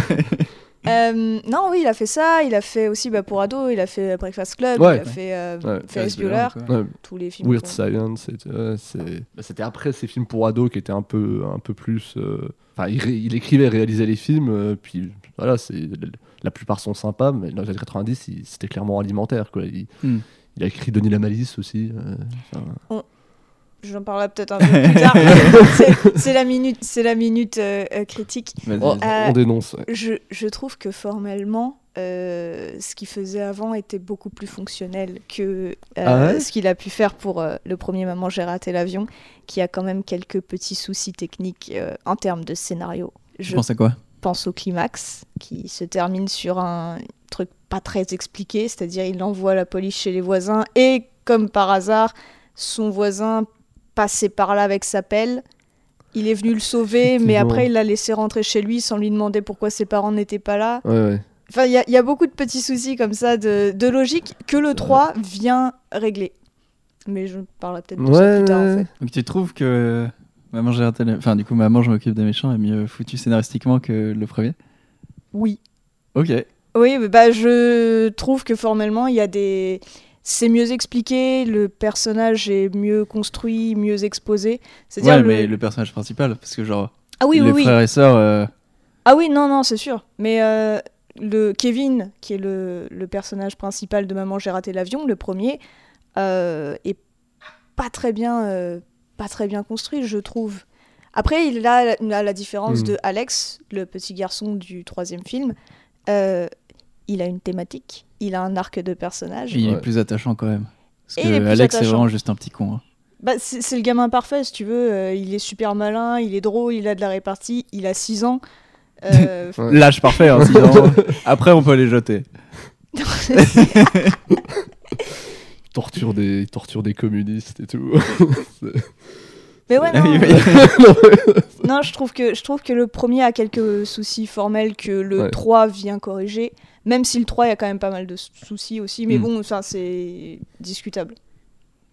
H: Euh, non, oui, il a fait ça. Il a fait aussi bah, pour ados, il a fait Breakfast Club,
I: Ouais.
H: il a fait euh,
I: Ouais.
H: Ferris Bueller,
I: Ouais,
H: tous les films.
I: Weird
H: qu'on-
I: Science, et- ouais, c'est- bah, c'était après ces films pour ados qui étaient un peu, un peu plus. euh, Enfin, il, ré- il écrivait et réalisait les films, euh, puis voilà, c'est la plupart sont sympas, mais dans les années 90, il- c'était clairement alimentaire. Quoi. Il,
G: Hmm.
I: il a écrit Denis la malice aussi. euh, enfin,
H: J'en parlerai peut-être un peu plus tard. C'est- c'est la minute, c'est la minute euh, euh, critique.
G: Vas-y.
I: oh,
H: Euh,
I: on dénonce. ouais.
H: Je, je trouve que formellement, euh, ce qu'il faisait avant était beaucoup plus fonctionnel que euh,
I: Ah ouais
H: ce qu'il a pu faire pour euh, le premier Maman, j'ai raté l'avion, qui a quand même quelques petits soucis techniques euh, en termes de scénario.
G: Je
H: Je
G: pense à quoi
H: pense au climax, qui se termine sur un truc pas très expliqué, c'est-à-dire il envoie la police chez les voisins et, comme par hasard, son voisin passait par là avec sa pelle. Il est venu le sauver, mais
I: Effectivement.
H: après il l'a laissé rentrer chez lui sans lui demander pourquoi ses parents n'étaient pas là.
I: Ouais, ouais.
H: Enfin, il y, a- il y a beaucoup de petits soucis comme ça de, de logique que le 3 vient régler. Mais je parlerai peut-être de ça
I: Ouais,
H: plus tard en
I: ouais.
H: fait.
G: Donc tu trouves que Maman j'ai raté l'avion- Enfin du coup Maman je m'occupe des méchants est mieux foutu scénaristiquement que le premier
H: Oui.
G: Ok.
H: Oui, mais bah, je trouve que formellement, il y a des. C'est mieux expliqué, le personnage est mieux construit, mieux exposé. C'est-à-dire
G: Ouais
H: le-
G: mais le personnage principal parce que genre
H: Ah oui, oui,
G: les
H: oui.
G: frères et sœurs... euh,
H: Ah oui, non, non, c'est sûr. Mais euh, le Kevin, qui est le, le personnage principal de Maman, j'ai raté l'avion, le premier, euh, est pas très bien, euh, pas très bien construit, je trouve. Après, il a, il a la différence
I: Mm.
H: de Alex, le petit garçon du troisième film. Euh, il a une thématique, il a un arc de personnage.
G: il est
I: Ouais.
G: plus attachant quand même. Parce
H: Et
G: que
H: il est plus
G: Alex c'est
H: attachant.
G: vraiment juste un petit con. hein.
H: Bah, c'est c'est le gamin parfait, si tu veux. Euh, il est super malin, il est drôle, il a de la répartie, il a 6 ans. Euh,
I: Ouais.
G: Lâche parfait. hein, sinon, Après on peut les jeter.
I: Il torture des, il torture des communistes et tout.
H: Mais
G: Ah
H: ouais, Ah non, euh, non, je, trouve que, je trouve que le premier a quelques soucis formels que le
I: Ouais.
H: 3 vient corriger. Même si le 3, il y a quand même pas mal de sou- soucis aussi. Mais
G: Mm.
H: bon, ça, c'est discutable.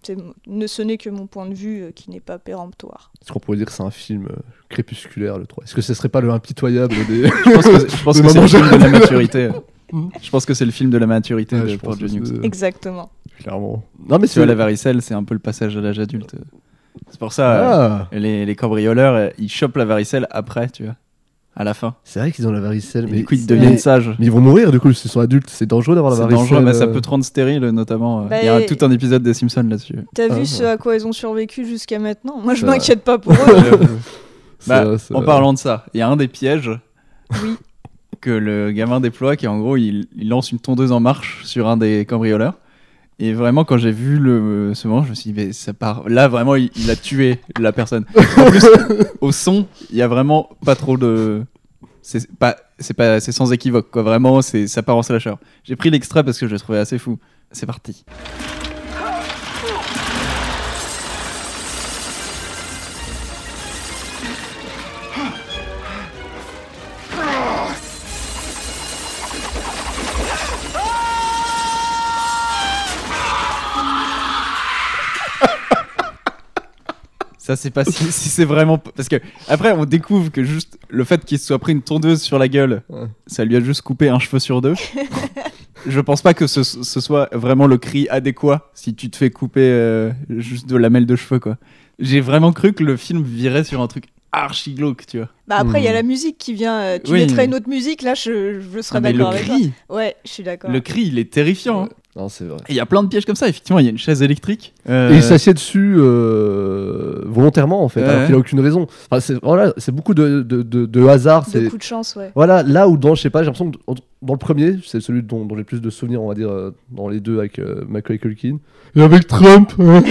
H: C'est mon- ne, ce n'est que mon point de vue euh, qui n'est pas péremptoire.
I: Est-ce qu'on pourrait dire que c'est un film euh, crépusculaire, le 3 Est-ce que ce serait pas le impitoyable des.
G: Je pense que, je pense
I: Le
G: que c'est
I: Maman,
G: le
I: j'ai
G: film de
I: raté
G: la
I: l'avion.
G: maturité. Je pense que c'est le film de la maturité
I: Ouais,
G: de
I: je
G: Paul
I: pense que
G: Jennings.
I: c'est-
H: Exactement.
I: Clairement. Non, mais
G: Tu vois, la varicelle, c'est un peu le passage à l'âge adulte. C'est pour ça, euh,
I: Ah
G: les, les cambrioleurs, euh, ils chopent la varicelle après, tu vois, à la fin.
I: C'est vrai qu'ils ont la varicelle.
G: Et
I: Mais,
G: du coup, ils
H: c'est-
G: deviennent sages.
I: mais ils vont mourir, du coup, s'ils sont adultes. C'est dangereux d'avoir la
G: C'est
I: varicelle.
G: dangereux, mais ça
I: euh,
G: peut te rendre stérile, notamment. euh.
H: Bah,
G: Il y a
H: et-
G: tout un épisode des Simpsons là-dessus.
H: T'as
I: Ah,
H: vu ce
I: ouais.
H: à quoi ils ont survécu jusqu'à maintenant Moi, je
I: C'est vrai.
H: m'inquiète pas pour eux.
I: ça-
G: Bah,
I: ça-
G: en parlant de ça, il y a un des pièges
H: Oui.
G: que le gamin déploie, qui en gros, il, il lance une tondeuse en marche sur un des cambrioleurs. Et vraiment, quand j'ai vu le, ce moment, je me suis dit, mais ça part. Là, vraiment, il, il a tué la personne. En plus, au son, il y a vraiment pas trop de. C'est pas, c'est pas, c'est sans équivoque, quoi. Vraiment, c'est, ça part en slasher. J'ai pris l'extrait parce que je le trouvais assez fou. C'est parti. Ça, c'est pas si, si c'est vraiment. p- Parce que, après, on découvre que juste le fait qu'il se soit pris une tondeuse sur la gueule,
I: Ouais.
G: ça lui a juste coupé un cheveu sur deux. Je pense pas que ce, ce soit vraiment le cri adéquat si tu te fais couper euh, juste de lamelles de cheveux, quoi. J'ai vraiment cru que le film virait sur un truc archi glauque, tu vois.
H: Bah après, il y a
I: Hmm.
H: la musique qui vient. euh, Tu
G: Oui. Ah,
H: mettrais une autre musique, là, je, je serais
G: mais le
H: Ah, d'accord avec toi.
G: cri,
H: Ouais, je suis d'accord.
G: le cri, il est terrifiant. hein.
I: Non, c'est vrai.
G: Et il y a plein de pièges comme ça, effectivement, il y a une chaise électrique.
I: Et
G: euh,
I: il s'assied dessus euh, volontairement, en fait,
G: Ouais,
I: alors
G: ouais.
I: qu'il a aucune raison. Enfin, c'est voilà, c'est beaucoup de, de, de- de hasard.
H: De
I: C'est
H: coups de chance, ouais.
I: Voilà, là où dans, je sais pas, j'ai l'impression que dans- dans le premier, c'est celui dont, dont j'ai plus de souvenirs, on va dire, euh, dans les deux avec euh, Macaulay Culkin. Et avec Trump hein.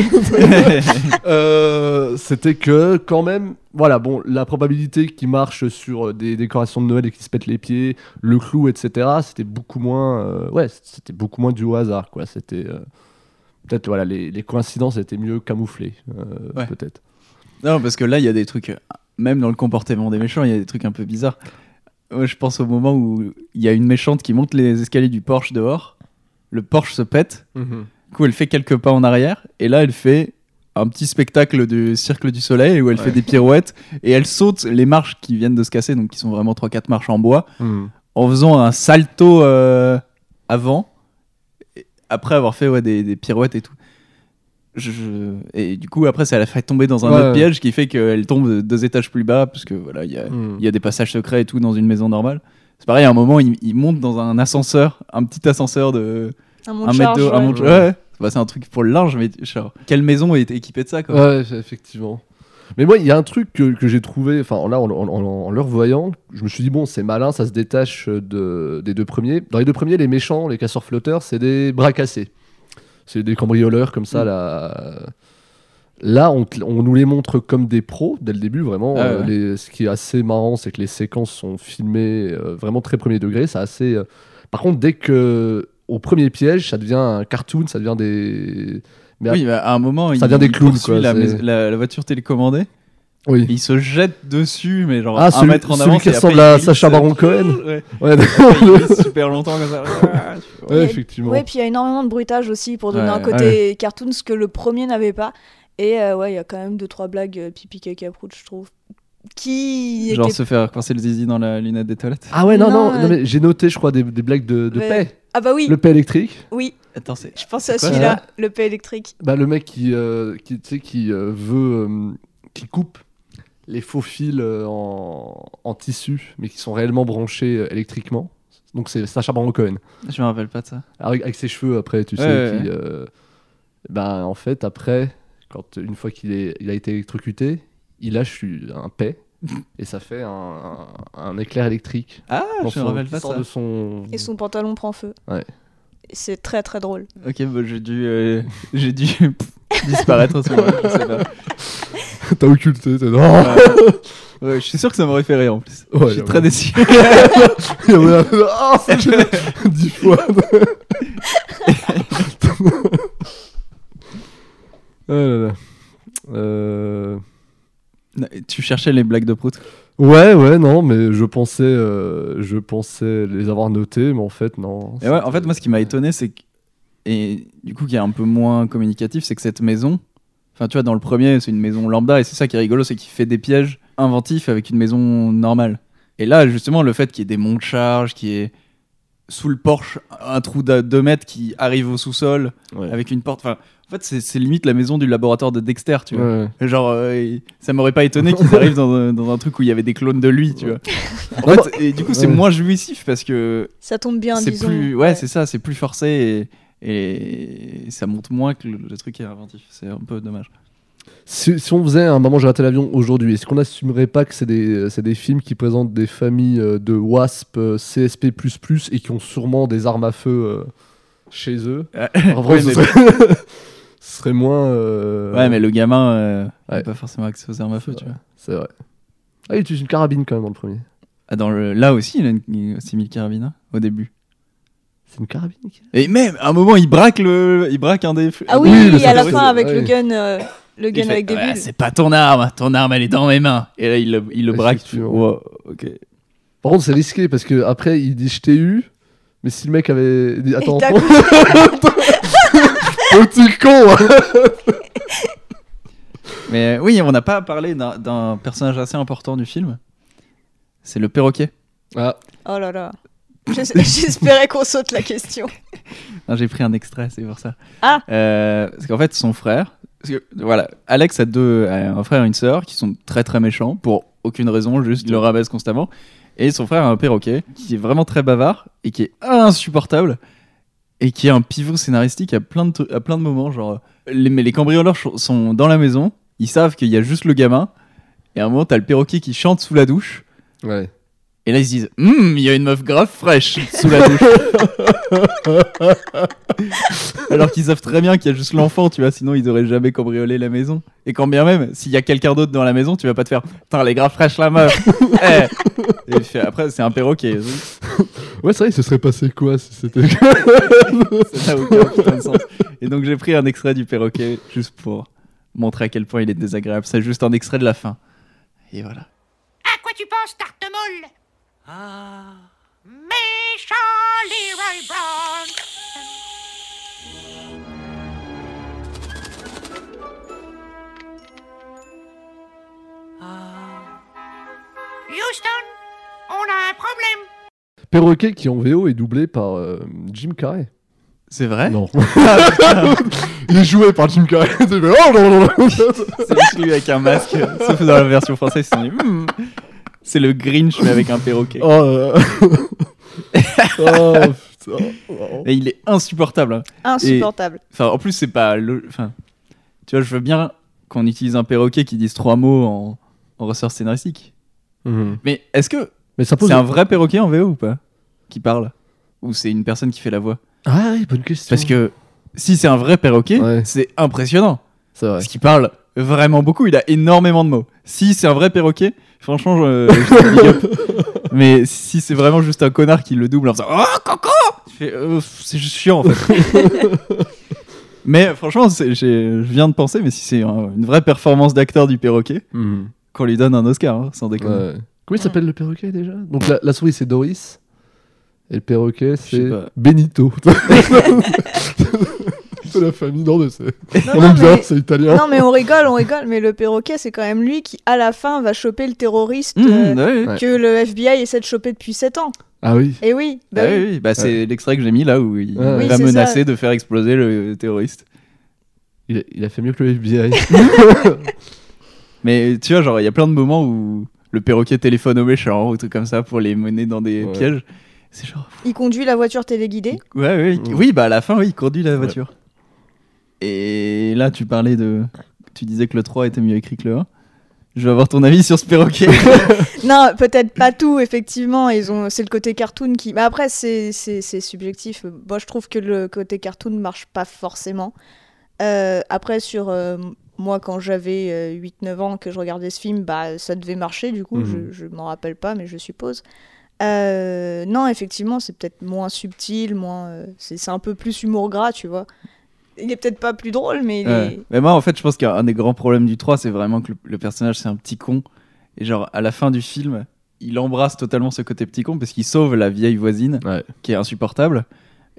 I: Euh, C'était que, quand même, voilà, bon, la probabilité qu'il marche sur euh, des décorations de Noël et qu'il se pète les pieds, le clou, etc., c'était beaucoup moins. euh, ouais, c'était beaucoup moins du hasard, quoi. C'était. euh, Peut-être voilà, les, les coïncidences étaient mieux camouflées, euh,
G: Ouais.
I: peut-être.
G: Non, parce que là, il y a des trucs, euh, même dans le comportement des méchants, il y a des trucs un peu bizarres. Moi, je pense au moment où il y a une méchante qui monte les escaliers du Porsche dehors, le Porsche se pète, Du coup, elle fait quelques pas en arrière et là, elle fait un petit spectacle du Cirque du Soleil où elle
A: Ouais.
G: fait des pirouettes et elle saute les marches qui viennent de se casser, donc qui sont vraiment 3-4 marches en bois,
I: Hmm.
G: en faisant un salto euh, avant, et après avoir fait ouais, des, des pirouettes et tout. Je- je- Et du coup, après, ça la fait tomber dans un
I: Ouais.
G: autre piège qui fait qu'elle tombe de deux étages plus bas, parce que voilà, il y a,
I: Hmm.
G: il y a des passages secrets et tout dans une maison normale. C'est pareil, à un moment, il, il monte dans un ascenseur, un petit ascenseur de
H: Un
G: 1
H: monde
G: mètre
H: charge.
G: de un
H: ouais.
G: monte- ouais. Bah, c'est un truc pour le linge, mais genre, quelle maison est équipée de ça quoi
I: Ouais, c'est- effectivement. Mais moi, il y a un truc que, que j'ai trouvé, enfin là, en, en- en- en le revoyant, je me suis dit, bon, c'est malin, ça se détache de, des deux premiers. Dans les deux premiers, les méchants, les casseurs flotteurs, c'est des bras cassés. C'est des cambrioleurs comme
G: Mm.
I: ça, là. Là, on, te- on nous les montre comme des pros dès le début, vraiment.
G: Ah ouais.
I: Euh, les- ce qui est assez marrant, c'est que les séquences sont filmées euh, vraiment très premier degré. C'est assez. euh, Par contre, dès que au premier piège, ça devient un cartoon, ça devient des. Mais
G: Oui, bah, à un moment,
I: Ça
G: il,
I: vient des
G: il
I: clowns,
G: poursuit
I: quoi,
G: la,
I: c'est-
G: mais- la- la voiture télécommandée.
I: Oui.
G: Et il se jette dessus, mais genre
I: Ah,
G: un
I: celui-
G: mètre en
I: celui
G: avance.
I: qui
G: et après,
I: ressemble
G: il
I: à
G: glisse,
I: Sacha
G: euh,
I: Baron Cohen.
G: Ouais.
I: Ouais,
G: Il glisse super longtemps comme ça.
I: Ouais, effectivement.
H: Ouais, puis il y a énormément de bruitage aussi pour donner
G: Ouais,
H: un côté cartoon, ce que le premier n'avait pas. Et euh, ouais, il y a quand même deux trois blagues euh, pipi caca prout, je trouve, qui
G: Genre
H: étaient-
G: se faire coincer le zizi dans la lunette des toilettes.
I: Ah ouais, non, non,
H: Non,
I: non,
H: euh,
I: mais j'ai noté, je crois, des, des blagues de, de
H: Ouais.
I: paix.
H: ah bah oui,
I: Le paix électrique.
H: oui,
G: Attends, c'est.
H: je pensais à
G: quoi,
H: celui-là, le P électrique.
I: Bah, le mec qui, euh, qui, tu sais, qui euh, veut. euh, qui coupe les faux fils euh, en, en tissu, mais qui sont réellement branchés euh, électriquement. Donc, c'est Sacha Baron Cohen.
G: Je me rappelle pas de ça.
I: Avec, avec ses cheveux, après, tu
G: Ouais,
I: sais.
G: ouais,
I: qui, euh, bah, en fait, après, quand, une fois qu'il est, il a été électrocuté, il lâche un paix. Et ça fait un, un- un éclair électrique.
G: Ah,
I: dans
G: je
I: son-
G: me rappelle
I: qui
G: pas de
I: sort
G: ça.
I: de son...
H: Et
G: Mm.
H: son pantalon prend feu.
I: Ouais.
H: Et C'est très très drôle.
G: Ok, bah, j'ai dû, euh, j'ai dû pff, disparaître à ce moment-là. Je sais pas.
I: T'as occulté, t'as
G: Ouais, je suis sûr que ça m'aurait fait rire en plus.
I: Ouais,
G: je suis
I: j'avoue.
G: très déçu.
I: Ah, c'est génial. Dix fois. oh là là. Euh,
G: Non, et tu cherchais les blagues de prout.
I: Ouais, ouais, non, mais je pensais, euh, je pensais les avoir notés, mais en fait, non.
G: Et ouais, en fait, moi, ce qui m'a étonné, c'est que. Et du coup, qui est un peu moins communicatif, c'est que cette maison. Enfin, tu vois, dans le premier, c'est une maison lambda, et c'est ça qui est rigolo, c'est qu'il fait des pièges inventifs avec une maison normale. Et là, justement, le fait qu'il y ait des monts de charge, qu'il y ait sous le porche un trou de 2 mètres qui arrive au sous-sol
I: Ouais.
G: avec une porte. Enfin, en fait, c'est c'est limite la maison du laboratoire de Dexter, tu vois.
I: Ouais.
G: Genre, euh, il- ça m'aurait pas étonné qu'ils arrivent dans un, dans un truc où il y avait des clones de lui, tu vois. En
I: Non, bah,
G: fait, et du coup, c'est
I: Ouais.
G: moins jouissif parce que
H: Ça tombe bien,
G: c'est
H: disons.
G: plus ouais, c'est ça c'est plus forcé et, et ça monte moins que le, le truc qui est inventif c'est un peu dommage
I: Si, si on faisait un moment j'ai raté l'avion aujourd'hui, est-ce qu'on n'assumerait pas que c'est des, c'est des films qui présentent des familles euh, de WASP, euh, CSP++ et qui ont sûrement des armes à feu euh, chez eux En vrai,
G: Ouais,
I: ce,
G: mais-
I: serait... ce serait moins. euh,
G: ouais mais le gamin euh, il a
I: Ouais.
G: pas forcément accès aux armes à feu
I: C'est
G: tu vois
I: C'est vrai. Ah, il utilise une carabine quand même dans le premier.
G: ah, dans le là aussi il a une 6000 carabines hein, au début
I: C'est une carabine qu'il a
G: et même à un moment il braque le il braque un des
H: Ah
I: Oui,
H: oui,
I: le
H: à la
I: scénariste,
H: fin avec le
I: oui.
H: gun, euh, le
G: Il
H: gun
G: fait,
H: avec des
G: Ouais,
H: bulles.
G: c'est pas ton arme ton arme elle est dans mes mains et là il le, il le braque tu fais,
I: Effectivement.
G: wow, ok
I: Par contre, c'est risqué parce que après il dit je t'ai eu, mais si le mec avait dit attends,
H: Et t'as
I: attends. petit con hein.
G: mais euh, oui on n'a pas parlé d'un- d'un personnage assez important du film c'est le perroquet
I: Ah,
H: Oh là là. J'es- J'espérais qu'on saute la question.
G: Non, j'ai pris un extrait, c'est pour ça.
H: Ah.
G: Euh, Parce qu'en fait, son frère. parce que, voilà, Alex a deux, a un frère et une sœur qui sont très très méchants pour aucune raison, juste ils le rabaisse constamment. Et son frère a un perroquet qui est vraiment très bavard et qui est insupportable et qui est un pivot scénaristique à plein de, tru- à plein de moments. Genre, les, mais les cambrioleurs ch- sont dans la maison, ils savent qu'il y a juste le gamin. Et à un moment, t'as le perroquet qui chante sous la douche.
I: ouais.
G: Et là, ils se disent Hum, il y a une meuf grave fraîche sous la douche. Alors qu'ils savent très bien qu'il y a juste l'enfant, tu vois, sinon ils auraient jamais cambriolé la maison. Et quand bien même, s'il y a quelqu'un d'autre dans la maison, tu vas pas te faire Putain, elle est grave fraîche la meuf. Eh. Et il fait- après, c'est un perroquet.
I: Ouais, c'est vrai, il se serait passé quoi si c'était.
G: Ça n'a aucun putain de sens. Et donc, j'ai pris un extrait du perroquet juste pour montrer à quel point il est désagréable. C'est juste un extrait de la fin. Et voilà.
B: À quoi tu penses, Tartemolle Ah Méchant Leroy Brown
I: Perroquet qui en VO est doublé par euh, Jim Carrey.
G: C'est vrai
I: Non.
G: Ah,
I: Il est joué par Jim Carrey. C'est fait, oh non, non, non.
G: C'est celui avec un masque. Sauf dans la version française, ils se sont dit, Hmm, c'est le Grinch, mais avec un perroquet.
I: Oh, euh, oh, putain. Oh.
G: Et il est insupportable. hein.
H: Insupportable.
G: Enfin, en plus, c'est pas. le- Enfin, tu vois, je veux bien qu'on utilise un perroquet qui dise trois mots en, en ressort scénaristique.
I: Mhm.
G: Mais est-ce que
I: Mais ça pose.
G: c'est un vrai perroquet en VO ou pas Qui parle Ou c'est une personne qui fait la voix
I: Ah oui, bonne question.
G: Parce que si c'est un vrai perroquet,
I: Ouais.
G: c'est impressionnant.
I: C'est vrai.
G: Parce qu'il parle vraiment beaucoup, il a énormément de mots. Si c'est un vrai perroquet, franchement, je, je te big up. Mais si c'est vraiment juste un connard qui le double en faisant Oh, coco Tu fais, Euh, C'est juste chiant en fait. mais franchement, c'est- j'ai- je viens de penser, mais si c'est un- une vraie performance d'acteur du perroquet,
I: Mhm.
G: qu'on lui donne un Oscar, hein, sans
I: Ouais.
G: déconner.
I: Comment il s'appelle le perroquet déjà Donc la, la souris c'est Doris. Et le perroquet c'est
G: pas.
I: Benito. c'est la famille, non mais c'est.
H: Non,
I: On
H: non,
I: aime bien,
H: mais-
I: c'est italien.
H: Non mais on rigole, on rigole, mais le perroquet c'est quand même lui qui à la fin va choper le terroriste euh,
G: Mhm, ouais, ouais.
I: ouais.
H: que le FBI essaie de choper depuis 7 ans.
I: Ah oui.
H: Et oui, bah
G: Ah
H: oui.
G: oui, oui, bah, c'est l'extrait que j'ai mis là où il
I: Ouais. Oui,
G: va
H: c'est
G: menacer de faire exploser le terroriste.
I: Il a, il a fait mieux que le FBI.
G: Mais tu vois, genre, il y a plein de moments où le perroquet téléphone aux méchants ou trucs comme ça pour les mener dans des
I: Ouais.
G: pièges. C'est genre.
H: il conduit la voiture téléguidée.
G: Ouais, ouais, il-
I: Mm.
G: Oui, bah à la fin, oui, il conduit la voiture. Et là, tu parlais de. Tu disais que le 3 était mieux écrit que le 1. Je veux avoir ton avis sur ce perroquet.
H: Non, peut-être pas tout, effectivement. Ils ont, c'est le côté cartoon qui. Mais après, c'est, c'est, c'est subjectif. Moi, je trouve que le côté cartoon marche pas forcément. Euh, après, sur euh, moi, quand j'avais euh, 8-9 ans, que je regardais ce film, bah, ça devait marcher, du coup,
I: Mhm.
H: je, je m'en rappelle pas, mais je suppose. Euh, non, effectivement, c'est peut-être moins subtil, moins. euh, c'est, c'est un peu plus humour gras, tu vois. Il est peut-être pas plus drôle, mais il
G: Ouais.
H: est-
G: Mais moi, en fait, je pense qu'un des grands problèmes du 3, c'est vraiment que le, le personnage, c'est un petit con. Et genre, à la fin du film, il embrasse totalement ce côté petit con parce qu'il sauve la vieille voisine
I: Ouais.
G: qui est insupportable.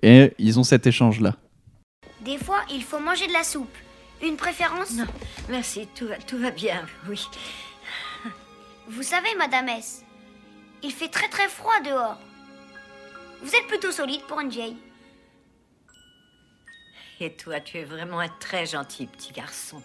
G: Et ils ont cet échange-là.
J: Des fois, il faut manger de la soupe. Une préférence
K: Non. Merci, tout va, tout va bien, oui.
J: Vous savez, Madame S, il fait très très froid dehors. Vous êtes plutôt solide pour une vieille.
K: Et toi, tu es vraiment un très gentil petit garçon.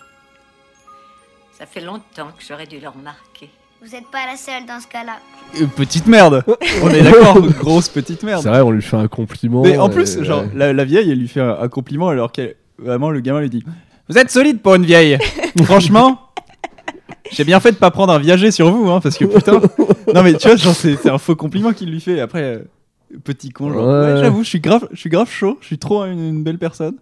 K: Ça fait longtemps que j'aurais dû le remarquer.
J: Vous n'êtes pas la seule dans ce cas-là.
G: Euh, petite merde On est d'accord, grosse petite
I: C'est
G: merde.
I: vrai, on lui fait un compliment.
G: Mais en
I: et- euh,
G: plus, genre,
I: ouais.
G: la, la vieille, elle lui fait un, un compliment alors qu'elle. Vraiment, le gamin lui dit Vous êtes solide pour une vieille Franchement J'ai bien fait de pas prendre un viager sur vous, hein, parce que putain. Non, mais tu vois, genre, c'est c'est un faux compliment qu'il lui fait. Après, euh, petit con, genre,
I: Ouais.
G: ouais, j'avoue, je suis grave, je suis grave chaud, je suis trop une, une belle personne.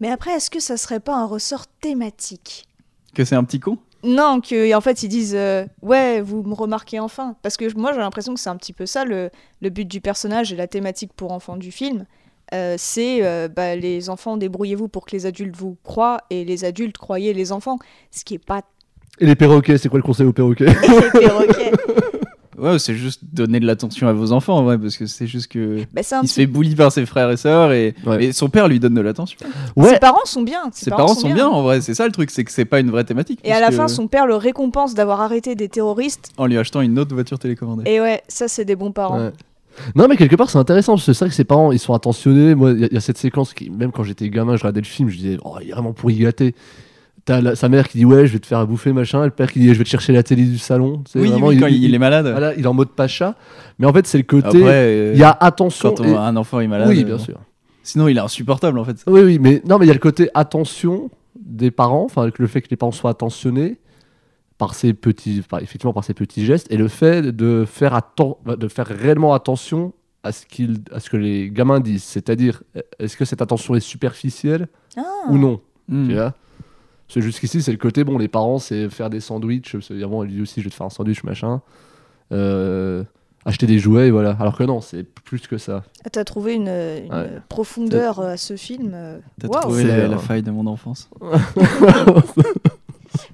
H: Mais après, est-ce que ça serait pas un ressort thématique
G: Que c'est un petit con
H: Non, que en fait ils disent euh, ouais vous me remarquez enfin parce que moi j'ai l'impression que c'est un petit peu ça le, le but du personnage et la thématique pour enfants du film Euh, c'est euh, bah, les enfants débrouillez-vous pour que les adultes vous croient et les adultes croyez les enfants ce qui est pas
I: Et les perroquets, c'est quoi le conseil aux perroquets
H: très perroquet
G: Ouais, c'est juste donner de l'attention à vos enfants, ouais, parce que c'est juste que.
H: Bah, c'est un
G: Il se
H: petit-
G: fait bully par ses frères et sœurs et,
I: Ouais.
G: et son père lui donne de l'attention.
I: Ouais.
H: ses parents sont bien hein.
G: Ses parents, sont bien. en vrai, c'est ça le truc, c'est que c'est pas une vraie thématique.
H: et à la
G: puisque-
H: fin son père le récompense d'avoir arrêté des terroristes
G: En lui achetant une autre voiture télécommandée.
H: et ouais ça c'est des bons parents
I: Ouais. Non, mais quelque part, c'est intéressant parce que c'est vrai que ses parents, ils sont attentionnés. Moi, il y, a- il y a cette séquence qui, même quand j'étais gamin, je regardais le film, je disais, oh, il est vraiment pourri gâté. T'as la- sa mère qui dit, ouais, je vais te faire à bouffer, machin. Et le père qui dit, eh, je vais te chercher la télé du salon. C'est
G: Oui,
I: vraiment,
G: oui, quand il, il est malade.
I: voilà, il est en mode pacha. Mais en fait, c'est le côté,
G: Après,
I: il
G: euh,
I: y a attention.
G: quand
I: et-
G: on- un enfant est malade.
I: oui,
G: euh,
I: bien
G: bon.
I: sûr.
G: Sinon, il est insupportable en fait.
I: Oui, oui, mais non, mais il y a le côté attention des parents, enfin, avec le fait que les parents soient attentionnés par ces petits, par- effectivement, par ces petits gestes, et le fait de faire atten- de faire réellement attention à ce qu'ils, à ce que les gamins disent, c'est-à-dire, est-ce que cette attention est superficielle
H: Ah.
I: ou non,
G: Mm.
I: tu vois Parce que jusqu'ici, c'est le côté, bon, les parents, c'est faire des sandwichs, parce que, évidemment, lui aussi, je vais te faire un sandwich, machin. Euh, acheter des jouets, voilà. Alors que non, c'est plus que ça.
H: t'as trouvé une, une
I: Ouais.
H: profondeur à ce film euh,
G: T'as
H: waouh.
G: trouvé
I: C'est,
G: la,
I: euh,
G: la faille de mon enfance.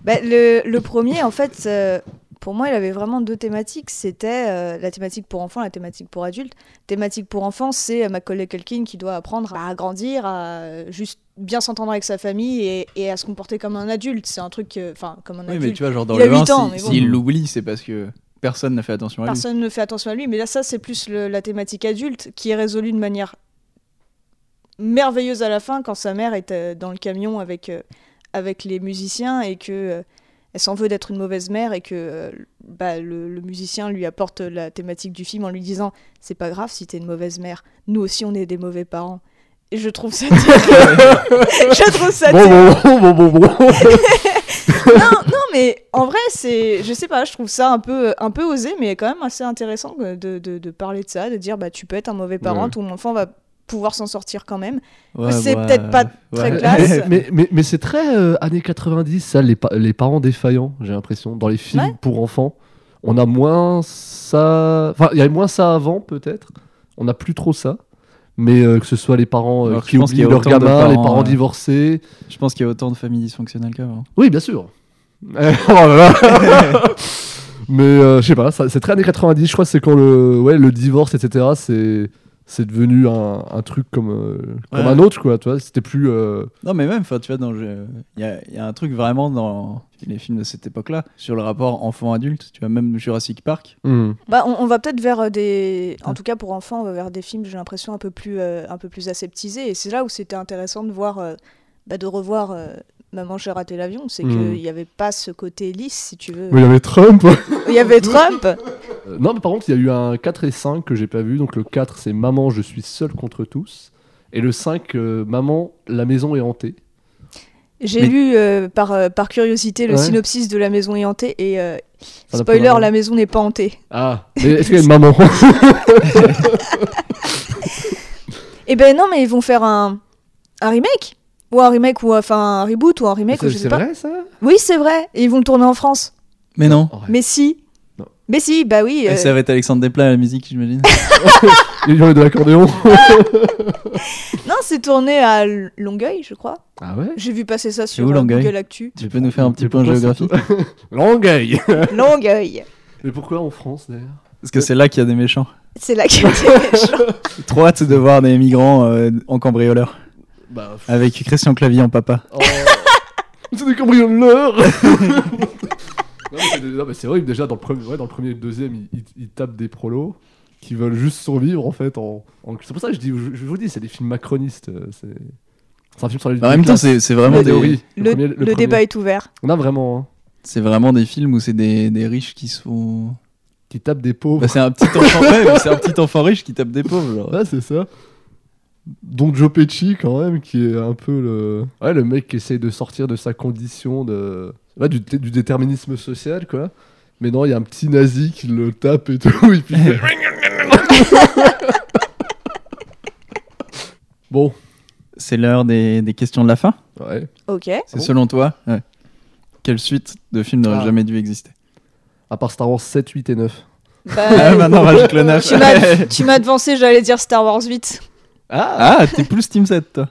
H: Bah, le, le premier, en fait, euh, pour moi, il avait vraiment deux thématiques. C'était euh, la thématique pour enfants, la thématique pour adultes. Thématique pour enfants, c'est euh, Macaulay Culkin qui doit apprendre à grandir, à euh, juste bien s'entendre avec sa famille et, et à se comporter comme un adulte. C'est un truc, euh, enfin, comme un
G: Oui, mais
H: adulte.
G: tu vois, genre dans
H: Il a
G: le 1,
H: huit ans,
G: si-
H: mais
G: s'il
H: bon.
G: l'oublie, c'est parce que personne n'a fait attention à lui.
H: Personne ne fait attention à lui, mais là, ça, c'est plus le- la thématique adulte qui est résolue de manière merveilleuse à la fin quand sa mère est euh, dans le camion avec, euh, avec les musiciens et que euh, elle s'en veut d'être une mauvaise mère et que euh, bah, le, le musicien lui apporte la thématique du film en lui disant C'est pas grave si t'es une mauvaise mère, nous aussi on est des mauvais parents. Et je trouve ça terrible. je trouve ça
I: Bon,
H: terrible.
I: bon, bon, bon, bon, bon.
H: non, non, mais en vrai, c'est, je sais pas, je trouve ça un peu, un peu osé, mais quand même assez intéressant euh, de, de- de parler de ça, de dire bah tu peux être un mauvais parent,
I: Ouais.
H: ton enfant va pouvoir s'en sortir quand même.
G: Ouais,
H: c'est
G: ouais,
H: peut-être pas très
G: ouais.
H: classe.
I: Euh, Mais, mais, mais c'est très euh, années 90, ça, les, pa- les parents défaillants, j'ai l'impression. Dans les films
H: Ouais.
I: pour enfants, on a moins ça. Enfin, il y avait moins ça avant, peut-être. On n'a plus trop ça. Mais euh, que ce soit les parents euh,
G: Alors, je
I: qui
G: pense qu'il y
I: oublient
G: a
I: leurs
G: autant de
I: gamins, les
G: parents,
I: parents
G: ouais.
I: divorcés.
G: Je pense qu'il y a autant de familles dysfonctionnelles qu'avant.
I: Oui, bien sûr. Euh, oh là là. mais euh, je sais pas, ça- c'est très années 90. Je crois que c'est quand le, ouais, le divorce, etc., c'est. C'est devenu un, un truc comme, euh, comme
G: Ouais.
I: un autre, quoi. Tu vois, c'était plus. euh,
G: Non, mais même, enfin, tu vois, dans le- il y a, il y a un truc vraiment dans les films de cette époque-là, sur le rapport enfant-adulte, tu vois, même Jurassic Park.
I: hmm.
H: Bah, on, on va peut-être vers euh, des, en tout cas pour enfants, on va vers des films, j'ai l'impression un peu plus, euh, un peu plus aseptisés. Et c'est là où c'était intéressant de voir, euh, bah, de revoir. euh, Maman, j'ai raté l'avion, c'est
I: Mm.
H: qu'il n'y avait pas ce côté lisse, si tu veux.
I: Mais il y avait Trump.
H: Il y avait Trump.
I: Euh, non, mais par contre, il y a eu un 4 et 5 que j'ai pas vu. Donc le 4, c'est Maman, je suis seul contre tous. Et le 5, euh, Maman, la maison est hantée.
H: J'ai
G: Mais-
H: lu euh, par, euh, par curiosité le
I: Ouais.
H: synopsis de La Maison est hantée et euh,
I: Ça n'a plus
H: spoiler,
I: vraiment-
H: la maison n'est pas hantée.
I: Ah, mais est-ce qu'il y a une maman
H: Eh ben non, mais ils vont faire un, un remake ou un remake ou enfin un reboot ou un remake ou
I: C'est
H: je sais
I: c'est
H: pas.
I: vrai ça
H: Oui, c'est vrai. Et ils vont le tourner en France.
G: Mais non
I: Ouais.
H: Mais si.
I: Non.
H: Mais si, bah oui. euh,
G: Et Ça va être Alexandre Desplat à la musique, j'imagine.
I: Il y en a de l'accordéon.
H: Non, c'est tourné à L- Longueuil, je crois.
I: ah ouais
H: J'ai vu passer ça sur
G: où,
H: euh,
G: Longueuil
H: Google Actu.
G: tu peux nous faire un petit point géographique
I: géographique Longueuil
H: Longueuil.
I: Mais pourquoi en France d'ailleurs
G: Parce que c'est là qu'il y a des méchants.
H: C'est là qu'il y a des méchants.
G: Trop hâte de voir des migrants euh, en cambrioleur.
I: Bah. pff,
G: Avec Christian Clavier en papa.
I: oh. C'est des cambrioleurs Non, mais c'est des- non, mais c'est horrible déjà dans le premier, ouais, dans le premier et le deuxième ils, ils- ils tapent des prolos qui veulent juste survivre en fait en, en- c'est pour ça que je, dis, je, je vous dis c'est des films macronistes euh, c'est c'est un film sur la lutte
G: en
I: des
G: même temps,
I: classes.
G: c'est c'est vraiment,
I: La
G: des-
I: théorie.
H: Le,
I: premier-
H: le
I: premier.
H: débat est ouvert.
I: Non, vraiment. hein.
G: c'est vraiment des films où c'est des, des riches qui sont.
I: Qui tape des pauvres.
G: Bah, c'est un, petit enfant... ouais, mais c'est un petit enfant riche qui tape des pauvres. genre.
I: Ouais, c'est ça. Donc Joe Pesci, quand même, qui est un peu le... Ouais, le mec qui essaye de sortir de sa condition de... ouais, du, du déterminisme social, quoi. Mais non, il y a un petit nazi qui le tape et tout, et puis il fait- Bon,
G: C'est l'heure des, des questions de la fin.
I: ouais.
H: Ok.
G: C'est
I: bon
G: selon toi ouais. Quelle suite de films n'aurait
I: Ah.
G: jamais dû exister
I: À part Star Wars 7, 8 et 9.
H: Bah,
G: Maintenant, Ah, rajoute le 9.
H: tu m'as- tu m'as devancé, j'allais dire Star Wars 8.
G: Ah, t'es plus Team 7, toi.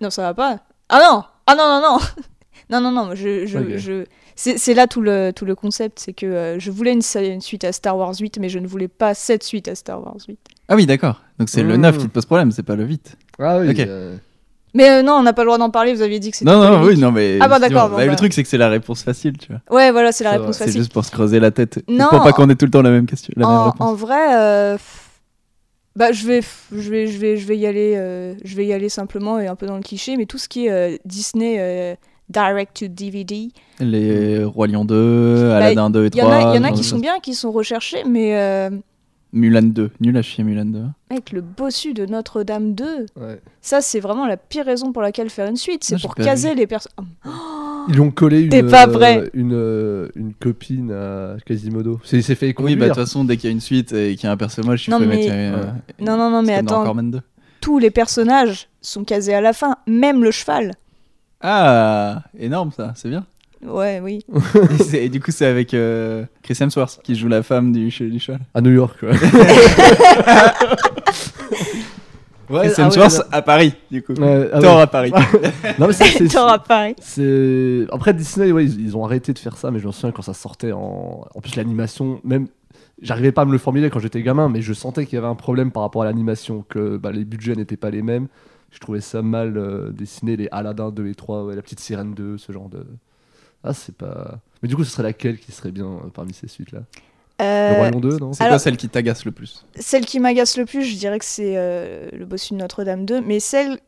H: Non, ça va pas. Ah non Ah non, non, non Non, non, non, je, je,
I: Ok.
H: je... C'est, c'est là tout le, tout le concept, c'est que euh, je voulais une, sa- une suite à Star Wars 8, mais je ne voulais pas cette suite à Star Wars 8.
G: Ah oui, d'accord. Donc c'est le
I: Mmh.
G: 9 qui te pose problème, c'est pas le 8.
I: Ah oui.
G: Ok.
I: euh,
H: Mais euh, non, on n'a pas le droit d'en parler, vous aviez dit que c'était...
G: Non, non,
H: polémique.
G: oui, non, mais.
H: Ah bah, d'accord,
G: Bah,
H: bon,
G: Le
H: bah.
G: truc, c'est que c'est la réponse facile, tu vois.
H: Ouais, voilà, c'est la
I: C'est
H: réponse
I: vrai,
G: C'est
H: facile.
G: juste pour se creuser la tête.
H: Non. Oh.
G: Pour pas qu'on ait tout le temps la même question. La même
H: En,
G: réponse.
H: en vrai, euh, pff, bah, je, vais, pff, je, vais, je, vais, je, vais y aller, euh, je vais y aller simplement et un peu dans le cliché, mais tout ce qui est euh, Disney euh, Direct to DVD,
G: Les Rois Lion 2, Aladdin 2 et
H: il Bah, y en
G: 3.
H: a, il y en a
G: genre
H: qui
G: de
H: sont
G: choses.
H: bien, qui sont recherchés, mais... euh,
G: Mulan 2. Nul à chier, Mulan 2.
H: Mec, le bossu de Notre-Dame 2,
I: ouais.
H: ça c'est vraiment la pire raison pour laquelle faire une suite, c'est
G: Ah, j'ai
H: pour
G: pas
H: caser les Oh, personnes.
I: Ils lui ont collé une,
H: T'es pas
I: euh,
H: vrai.
I: une, euh, une copine à Quasimodo. C'est- Il s'est fait
G: Oui,
I: éconduire.
G: bah, de toute façon, dès qu'il y a une suite et qu'il y a un personnage, tu
H: Non,
G: peux
H: mais-
G: mettre. euh,
I: Ouais.
G: euh,
H: Non, non, non, mais
G: c'est comme dans
H: attends.
G: Corman 2.
H: Tous les personnages sont casés à la fin, même le cheval.
G: Ah, énorme ça, c'est bien.
H: Ouais, oui.
G: et, c'est- et du coup, c'est avec euh, Chris Hemsworth qui joue la femme du, ch- du cheval.
I: À New York, ouais.
G: Chris
I: ah ouais,
G: Hemsworth à Paris, du coup.
I: Ouais, ah ouais.
G: Thor à Paris.
I: Non, mais c'est- c'est-
H: T'auras pareil.
I: C'est après Disney, ouais, ils, ils ont arrêté de faire ça, mais je me souviens quand ça sortait en, en plus l'animation, même j'arrivais pas à me le formuler quand j'étais gamin, mais je sentais qu'il y avait un problème par rapport à l'animation, que bah, les budgets n'étaient pas les mêmes. Je trouvais ça mal euh, dessiné les Aladdin 2 et 3, ouais, la petite sirène 2, ce genre de ah c'est pas. Mais du coup, ce serait laquelle qui serait bien euh, parmi ces suites là
H: Euh,
I: Le Roi Lion 2, non
G: C'est
H: alors-
G: quoi celle qui t'agace le plus
H: Celle qui m'agace le plus, je dirais que c'est euh, le bossu de Notre-Dame 2, mais celle.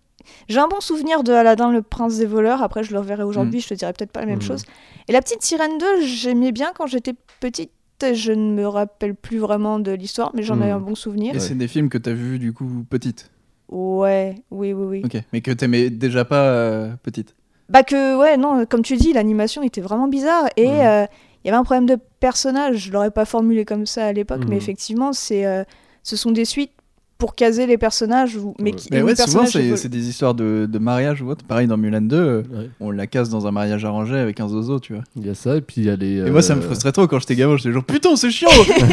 H: J'ai un bon souvenir de Aladdin, le prince des voleurs. Après, je le reverrai aujourd'hui, je te dirai peut-être pas la même
I: Mhm.
H: chose. Et la petite sirène 2, j'aimais bien quand j'étais petite. Je ne me rappelle plus vraiment de l'histoire, mais j'en ai
G: Mhm.
H: un bon souvenir.
G: Et c'est des films que t'as vu du coup petite.
H: Ouais, oui, oui, oui.
G: Ok, mais que t'aimais déjà pas euh, petite.
H: Bah que, ouais, non, comme tu dis, l'animation était vraiment bizarre et
G: Mm.
H: euh, il y avait un problème de personnage. Je l'aurais pas formulé comme ça à l'époque,
G: Mhm.
H: mais effectivement, c'est, euh, ce sont des suites pour caser les personnages. Ou, mais qui,
G: Mais
H: où
G: ouais,
H: les
G: souvent
H: personnages
G: c'est
H: évoluent.
G: c'est des histoires de, de mariage ou autre. Pareil dans Mulan 2, euh, on la casse dans un mariage arrangé avec un zozo, tu vois.
I: Il y a ça, et puis il y a les. euh,
G: Et moi ça me frustrait trop quand j'étais gamin, j'étais genre putain c'est chiant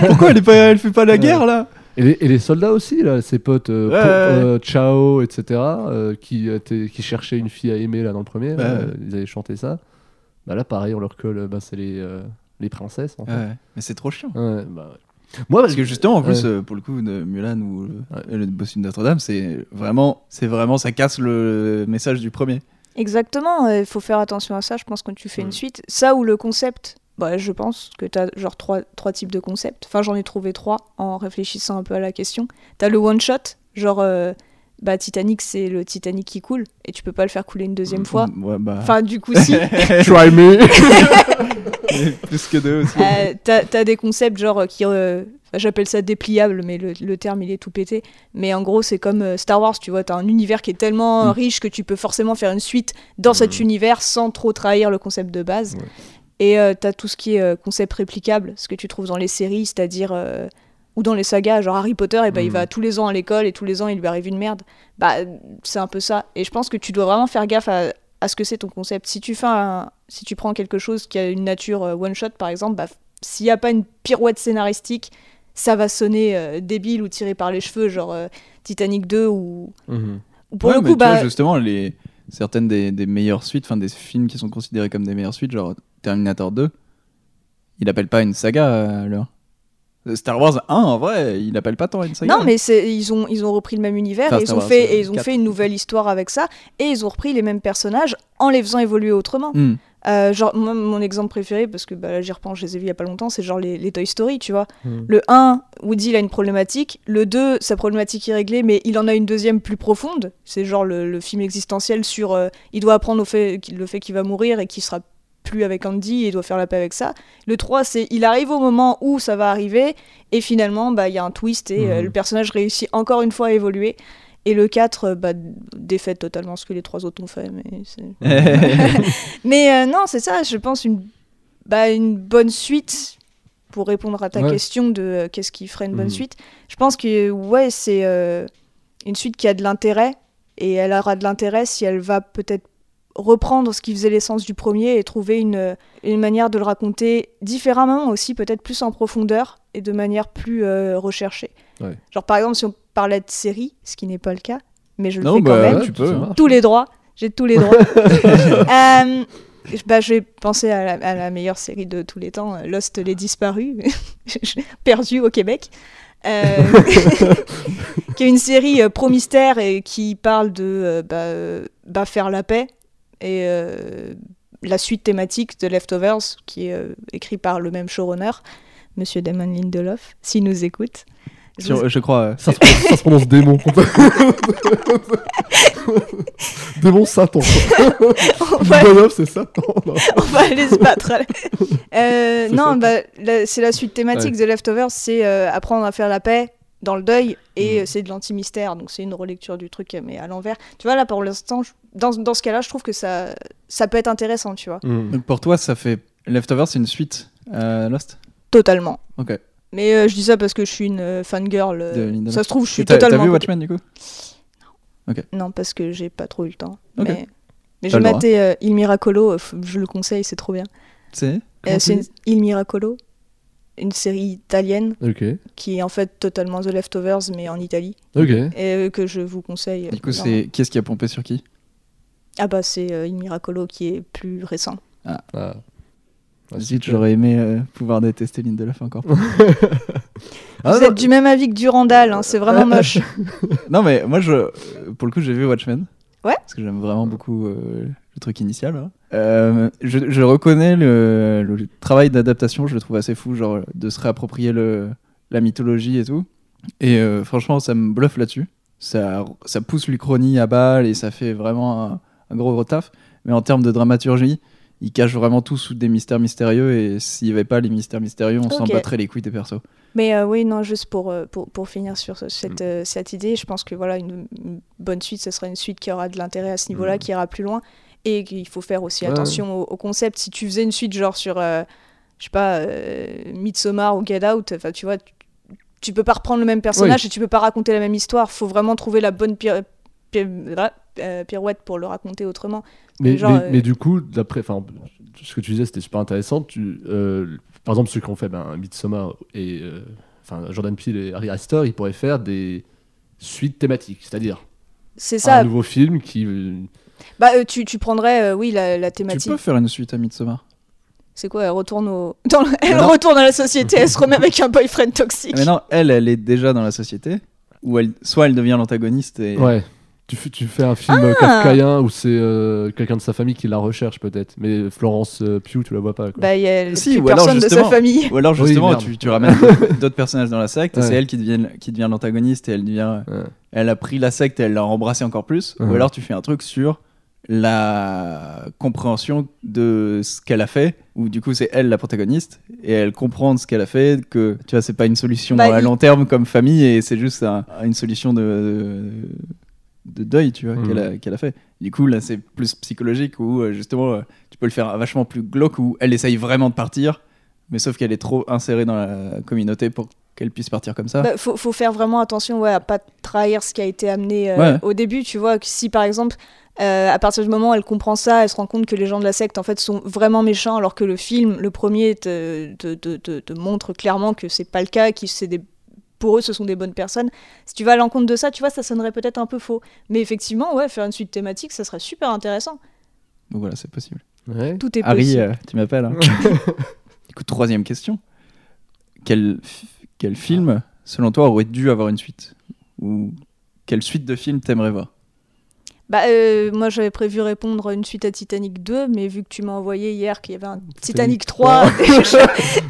G: Pourquoi elle, est pas, elle fait pas la guerre là
I: Et les, et les soldats aussi, là, ses potes euh,
G: Ouais,
I: Po-
G: ouais.
I: euh, Chao, etc., euh, qui, étaient- qui cherchaient une fille à aimer là, dans le premier,
G: Ouais.
I: euh, ils avaient chanté ça. Bah, là, pareil, on leur colle, euh, bah, c'est les, euh, les princesses. En fait.
G: Ouais, mais c'est trop chiant.
I: Ouais, bah, ouais. Moi,
G: parce que justement, en plus,
I: ouais.
G: euh, pour le coup, de Mulan ou euh, le, le bossu de Notre-Dame, c'est vraiment, c'est vraiment, ça casse le message du premier.
H: Exactement, euh, il faut faire attention à ça, je pense, quand tu
G: Mm.
H: fais une suite. Ça ou le concept, bah, je pense que tu as genre trois, trois types de concepts. Enfin, j'en ai trouvé trois en réfléchissant un peu à la question. Tu as le one-shot, genre euh, bah, Titanic, c'est le Titanic qui coule, et tu peux pas le faire couler une deuxième fois.
G: Ouais, bah.
H: Enfin, du coup, si.
I: Try me
G: Mais Plus que deux aussi.
H: Euh, t'as t'as des concepts genre euh, qui euh, enfin, j'appelle ça dépliable mais le, le terme il est tout pété mais en gros c'est comme euh, Star Wars tu vois t'as un univers qui est tellement euh,
G: Mm.
H: riche que tu peux forcément faire une suite dans cet univers sans trop trahir le concept de base et euh, t'as tout ce qui est euh, concept réplicable ce que tu trouves dans les séries c'est-à-dire euh, ou dans les sagas, genre Harry Potter, et ben
G: Hmm.
H: il va tous les ans à l'école et tous les ans il lui arrive une merde. Bah c'est un peu ça. Et je pense que tu dois vraiment faire gaffe à, à ce que c'est ton concept. Si tu fais un- si tu prends quelque chose qui a une nature euh, one shot par exemple, bah, f- s'il n'y a pas une pirouette scénaristique, ça va sonner euh, débile ou tiré par les cheveux, genre euh, Titanic 2 ou.
G: Mhm.
H: ou Pour
G: Ouais,
H: le
G: mais
H: coup,
G: tu vois,
H: bah,
G: justement, les, certaines des, des meilleures suites, enfin, des films qui sont considérés comme des meilleures suites, genre Terminator 2, il appelle pas une saga, euh, leur. Euh, Star Wars 1, en vrai, il appelle pas tant une hein. saga.
H: Non, mais c'est- ils ont, ils ont repris le même univers
G: Enfin,
H: et, ils
G: Star
H: ont
G: Wars,
H: fait,
G: euh,
H: et ils ont
G: quatre.
H: fait une nouvelle histoire avec ça et ils ont repris les mêmes personnages en les faisant évoluer autrement.
G: Hmm.
H: Euh, genre, moi, mon exemple préféré, parce que bah, là j'y repense, je les ai vus il y a pas longtemps, c'est genre les, les Toy Story, tu vois.
G: Hmm.
H: Le 1, Woody il a une problématique. Le 2, sa problématique est réglée, mais il en a une deuxième plus profonde. C'est genre le, le film existentiel sur. euh, il doit apprendre au fait, qu'il- le fait qu'il va mourir et qu'il sera plus avec Andy et il doit faire la paix avec ça. Le 3, c'est il arrive au moment où ça va arriver et finalement, bah, il y a un twist et euh,
I: Mhm.
H: le personnage réussit encore une fois à évoluer. Et le 4, euh, bah, défait totalement ce que les trois autres ont fait. Mais, c'est- mais euh, non, c'est ça, je pense, une, bah, une bonne suite pour répondre à ta
I: Ouais.
H: question de euh, qu'est-ce qui ferait une bonne
I: Mhm.
H: suite. Je pense que, ouais, c'est euh, une suite qui a de l'intérêt et elle aura de l'intérêt si elle va peut-être reprendre ce qui faisait l'essence du premier et trouver une, euh, une manière de le raconter différemment aussi, peut-être plus en profondeur et de manière plus euh, recherchée.
I: Ouais.
H: Genre par exemple si on parlait de série, ce qui n'est pas le cas, mais je le
G: Non,
H: fais
G: bah,
H: quand même,
G: tu peux.
I: marche.
H: tous les droits, j'ai tous les droits. Euh, je- bah, je vais penser à la, à la meilleure série de tous les temps, euh, Lost les disparus, perdue au Québec. Euh, qui est une série euh, pro-mystère et qui parle de euh, bah, euh, bah, faire la paix et euh, la suite thématique de Leftovers qui est euh, écrit par le même showrunner, Monsieur Damon Lindelof, s'il nous écoute. Je vous-
G: Sur- je crois. euh,
I: ça, se prononce, ça se prononce démon. démon Satan.
H: on, va,
I: Bonhomme, c'est Satan. non.
H: on va aller se battre. allez. Euh, non,
I: ça.
H: bah, la- c'est la suite thématique de Leftovers, c'est euh, apprendre à faire la paix dans le deuil
G: Mm.
H: et euh, c'est de l'anti-mystère, donc c'est une relecture du truc euh, mais à l'envers. Tu vois là pour l'instant, je- dans, dans ce cas-là, je trouve que ça, ça peut être intéressant, tu vois.
G: Donc pour toi, ça fait. Leftovers, c'est une suite euh, Lost
H: Totalement.
G: Ok.
H: Mais euh, je dis ça parce que je suis une euh, fangirl. euh,
G: De Lindelof.
H: ça se trouve, je suis
G: Et t'as-
H: totalement.
G: T'as
H: à
G: vu
H: côté.
G: Watchmen du coup
H: Non, parce que j'ai pas trop eu le temps.
G: Ok.
H: Mais, mais
G: T'as
H: j'ai
G: le droit.
H: maté euh, Il Miracolo, euh, f- je le conseille, c'est trop bien.
G: C'est.
H: Euh, c'est une- Il Miracolo, une série italienne
I: Ok.
H: qui est en fait totalement The Leftovers, mais en Italie,
I: Ok.
H: et euh, que je vous conseille. euh,
G: Du coup,
H: vraiment.
G: c'est qu'est-ce qui a pompé sur qui
H: Ah bah, c'est euh, Il Miracolo qui est plus récent.
I: Ah. Ah,
G: Zut,
I: super.
G: j'aurais aimé euh, pouvoir détester Lindelof encore. plus.
I: Ah,
H: Vous
I: non,
H: êtes du même avis que Durandal, hein, c'est vraiment moche.
G: non mais moi, je, pour le coup, j'ai vu Watchmen.
H: Ouais.
G: Parce que j'aime vraiment beaucoup euh, le truc initial. hein. Euh, je, je reconnais le, le travail d'adaptation, je le trouve assez fou, genre de se réapproprier le, la mythologie et tout. Et euh, franchement, ça me bluffe là-dessus. Ça, ça pousse l'Uchronie à balle et ça fait vraiment un, un gros gros taf. Mais en termes de dramaturgie, il cache vraiment tout sous des mystères mystérieux et s'il n'y avait pas les mystères mystérieux, on s'en
H: Ok.
G: battrait les couilles des persos.
H: Mais euh, oui, non, juste pour, euh, pour, pour finir sur ce-
I: Mm.
H: cette, euh, cette idée, je pense que voilà, une, une bonne suite, ce sera une suite qui aura de l'intérêt à ce niveau-là, qui ira plus loin. Et qu'il faut faire aussi
I: Mm. Ouais,
H: attention au, au concept. Si tu faisais une suite genre sur, euh, je sais pas, euh, Midsommar ou Get Out, enfin, tu vois, tu, tu peux pas reprendre le même personnage
I: Oui.
H: et tu peux pas raconter la même histoire. Faut vraiment trouver la bonne pir- pir- euh, pirouette pour le raconter autrement.
I: Mais,
H: Genre,
I: mais,
H: euh,
I: mais du coup, d'après, enfin, ce que tu disais, c'était super intéressant. Tu, euh, par exemple, ceux qui ont fait ben, Midsommar et euh, enfin Jordan Peele et Harry Astor, ils pourraient faire des suites thématiques, c'est-à-dire
H: C'est ça.
I: un nouveau film qui. euh,
H: Bah, euh, tu, tu prendrais, euh, oui, la, la thématique.
G: Tu peux faire une suite à Midsommar.
H: C'est quoi Elle retourne au. dans le- Elle
G: non.
H: retourne à la société, elle se remet avec un boyfriend toxique.
G: Ah, Mais non, elle, elle est déjà dans la société. Ou elle, soit elle devient l'antagoniste et
I: Ouais. Tu, f- tu fais un film euh,
H: Ah.
I: kafkaïen où c'est euh, quelqu'un de sa famille qui la recherche peut-être, mais Florence euh, Pugh, tu la vois pas. Quoi.
H: Bah, il y a
G: Si,
H: plus
G: ou alors
H: personne de sa
G: justement-
H: famille.
G: Ou alors
I: Oui,
G: justement,
I: merde.
G: tu, tu ramènes d'autres- d'autres personnages dans la secte, et
I: Ouais.
G: c'est elle qui devient, qui devient l'antagoniste et elle devient,
I: Ouais.
G: elle a pris la secte et elle l'a embrassée encore plus.
I: Ouais.
G: Ou alors tu fais un truc sur la compréhension de ce qu'elle a fait, où du coup c'est elle la protagoniste et elle comprend ce qu'elle a fait, que tu vois c'est pas une solution
H: Bah,
G: à
H: il-
G: long terme comme famille et c'est juste un- une solution de, de deuil, tu vois,
I: Mhm.
G: qu'elle a, qu'elle a fait. Du coup là c'est plus psychologique où euh, justement euh, tu peux le faire vachement plus glauque où elle essaye vraiment de partir, mais sauf qu'elle est trop insérée dans la communauté pour qu'elle puisse partir comme ça.
H: Bah, faut, faut faire vraiment attention ouais, à pas trahir ce qui a été amené euh,
G: Ouais.
H: au début. Tu vois, que si par exemple, euh, à partir du moment où elle comprend ça, elle se rend compte que les gens de la secte en fait sont vraiment méchants, alors que le film, le premier, te, te- te- te- te montre clairement que c'est pas le cas, que c'est des. Pour eux, ce sont des bonnes personnes. Si tu vas à l'encontre de ça, tu vois, ça sonnerait peut-être un peu faux. Mais effectivement, ouais, faire une suite thématique, ça serait super intéressant.
G: Donc voilà, c'est possible.
I: Ouais.
H: Tout est
G: Harry,
H: possible.
G: euh, tu m'appelles. hein. du coup, troisième question. Quel, f- quel film, selon toi, aurait dû avoir une suite Ou quelle suite de film t'aimerais voir
H: Bah, euh, moi j'avais prévu répondre à une suite à Titanic 2, mais vu que tu m'as envoyé hier qu'il y avait un Titanic 3,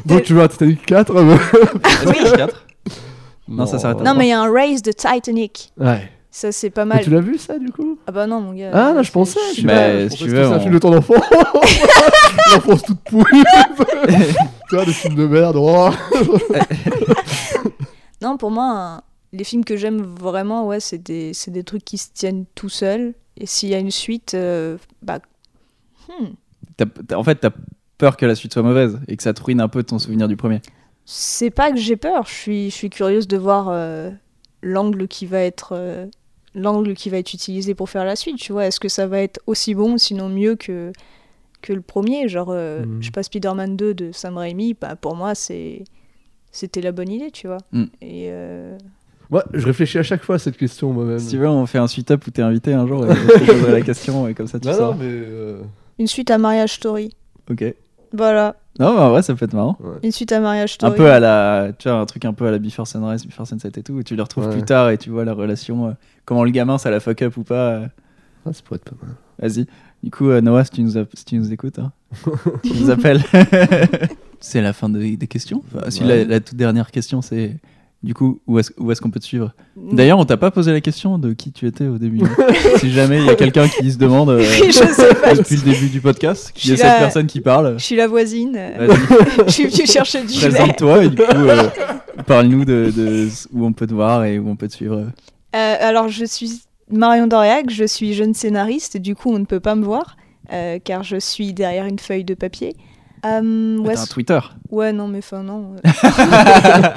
I: Donc tu vois, euh, t'as eu 4 mais-
H: Ah
G: Titanic 4 Non, ça s'arrête à
H: non mais il y a un Race de Titanic,
I: Ouais.
H: ça c'est pas
I: Mais
H: mal.
I: tu l'as vu ça du coup
H: Ah bah non mon gars.
I: Ah non, je
H: c'est-
I: pensais.
H: je suis
I: je sais
G: Bah,
I: pas,
G: si
I: je pensais que
G: tu veux,
I: c'était un
G: on-
I: film de ton enfant. L'enfance toute pourrie. tu vois, des films de merde. oh.
H: Non pour moi, un- les films que j'aime vraiment, ouais, c'est des... c'est des trucs qui se tiennent tout seuls. Et s'il y a une suite, euh, bah... hmm,
G: T'as- t'as- En fait, t'as peur que la suite soit mauvaise et que ça te ruine un peu ton souvenir du premier.
H: C'est pas que j'ai peur, je suis, je suis curieuse de voir euh, l'angle qui va être... euh, l'angle qui va être utilisé pour faire la suite, tu vois. Est-ce que ça va être aussi bon, sinon mieux que, que le premier Genre, euh,
G: Mm.
I: Mhm.
H: je sais pas, Spider-Man 2 de Sam Raimi, bah, pour moi, c'est c'était la bonne idée, tu vois.
G: Mm.
H: Et euh,
I: Moi, je réfléchis à chaque fois à cette question moi-même.
G: Si tu veux, on fait un suite-up où t'es invité un jour et je te poserai la question et comme ça tu
H: Bah
I: non, non,
G: sauras.
I: mais. euh,
H: une suite à Mariage Story.
G: Ok.
H: Voilà,
G: Non, mais en vrai, ça peut être marrant.
H: une suite à Mariage
G: Un
H: Story.
G: peu à la, tu vois, un truc un peu à la Before Sunrise, Before Sunset et tout, où tu les retrouves
I: Ouais.
G: plus tard et tu vois la relation, euh, comment le gamin ça la fuck up ou pas. euh,
I: Ah, ça pourrait être pas mal.
G: Vas-y. Du coup, euh, Noah, si tu nous, app- si tu nous écoutes, hein, tu nous appelles. c'est la fin de- des questions. Enfin, si, la,
I: Ouais.
G: la toute dernière question, c'est du coup, où est-ce où est-ce qu'on peut te suivre
H: Mm.
G: D'ailleurs, on t'a pas posé la question de qui tu étais au début. hein. si jamais il y a quelqu'un qui se demande euh,
H: Oui, je sais pas.
G: depuis le début du podcast,
H: Je
G: qui est
H: suis
G: cette
H: là.
G: personne qui parle,
H: Je suis la voisine, euh,
G: vas-y,
H: je suis venue chercher du lait.
G: présente-toi et du coup, euh, parle-nous de, de ce- où on peut te voir et où on peut te suivre.
H: Euh, alors, je suis Marion Doriac, je suis jeune scénariste, du coup, on ne peut pas me voir, euh, car je suis derrière une feuille de papier. Euh,
G: Ah,
H: où
G: T'as
H: est-ce-
G: un Twitter.
H: Ouais, non, mais enfin, non. euh.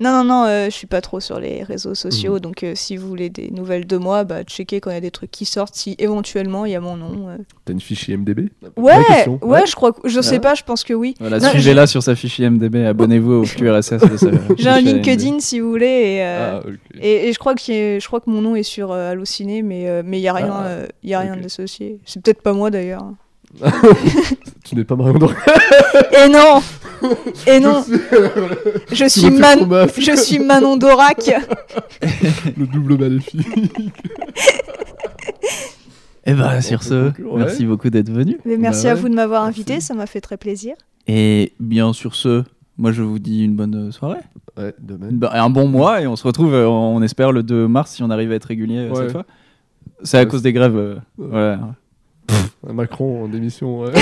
H: non, non, non, euh, je suis pas trop sur les réseaux sociaux, donc euh, si vous voulez des nouvelles de moi, bah, checkez quand il y a des trucs qui sortent, si éventuellement il y a mon nom. euh.
I: T'as une fiche IMDB
H: Ouais,
I: Vraie
H: ouais,
I: question.
H: je crois que. Je sais
I: Ouais.
H: pas, je pense que oui.
G: Voilà,
H: Non,
G: suivez-la sur sa fiche IMDB, abonnez-vous au QRSS de sa
H: J'ai un
G: fiche IMDb.
H: LinkedIn si vous voulez, et, euh,
I: Ah, ok.
H: Et, et je crois que je crois que mon nom est sur euh, Allociné, mais euh, mais il y a rien,
I: Ah,
H: euh, y a rien
I: ok.
H: d'associé. C'est peut-être pas moi d'ailleurs.
I: Tu n'es pas Marion Doré.
H: Et non, Et non, je
I: Tu
H: suis,
I: m'as fait
H: Man-
I: trop mal.
H: je suis Manon Dorac.
I: Le double maléfique.
G: Et bah, sur ce,
I: conclure, ouais.
G: merci beaucoup d'être venu.
H: Mais merci
G: Bah
H: à
G: ouais.
H: vous de m'avoir invité, ça m'a fait très plaisir.
G: Et bien sur ce, moi je vous dis une bonne euh, soirée.
I: Ouais, demain.
G: Bah, Un bon mois et on se retrouve, euh, on espère, le 2 mars si on arrive à être régulier euh,
I: Ouais.
G: cette fois. C'est à cause des grèves. euh, voilà.
I: Macron en démission. ouais.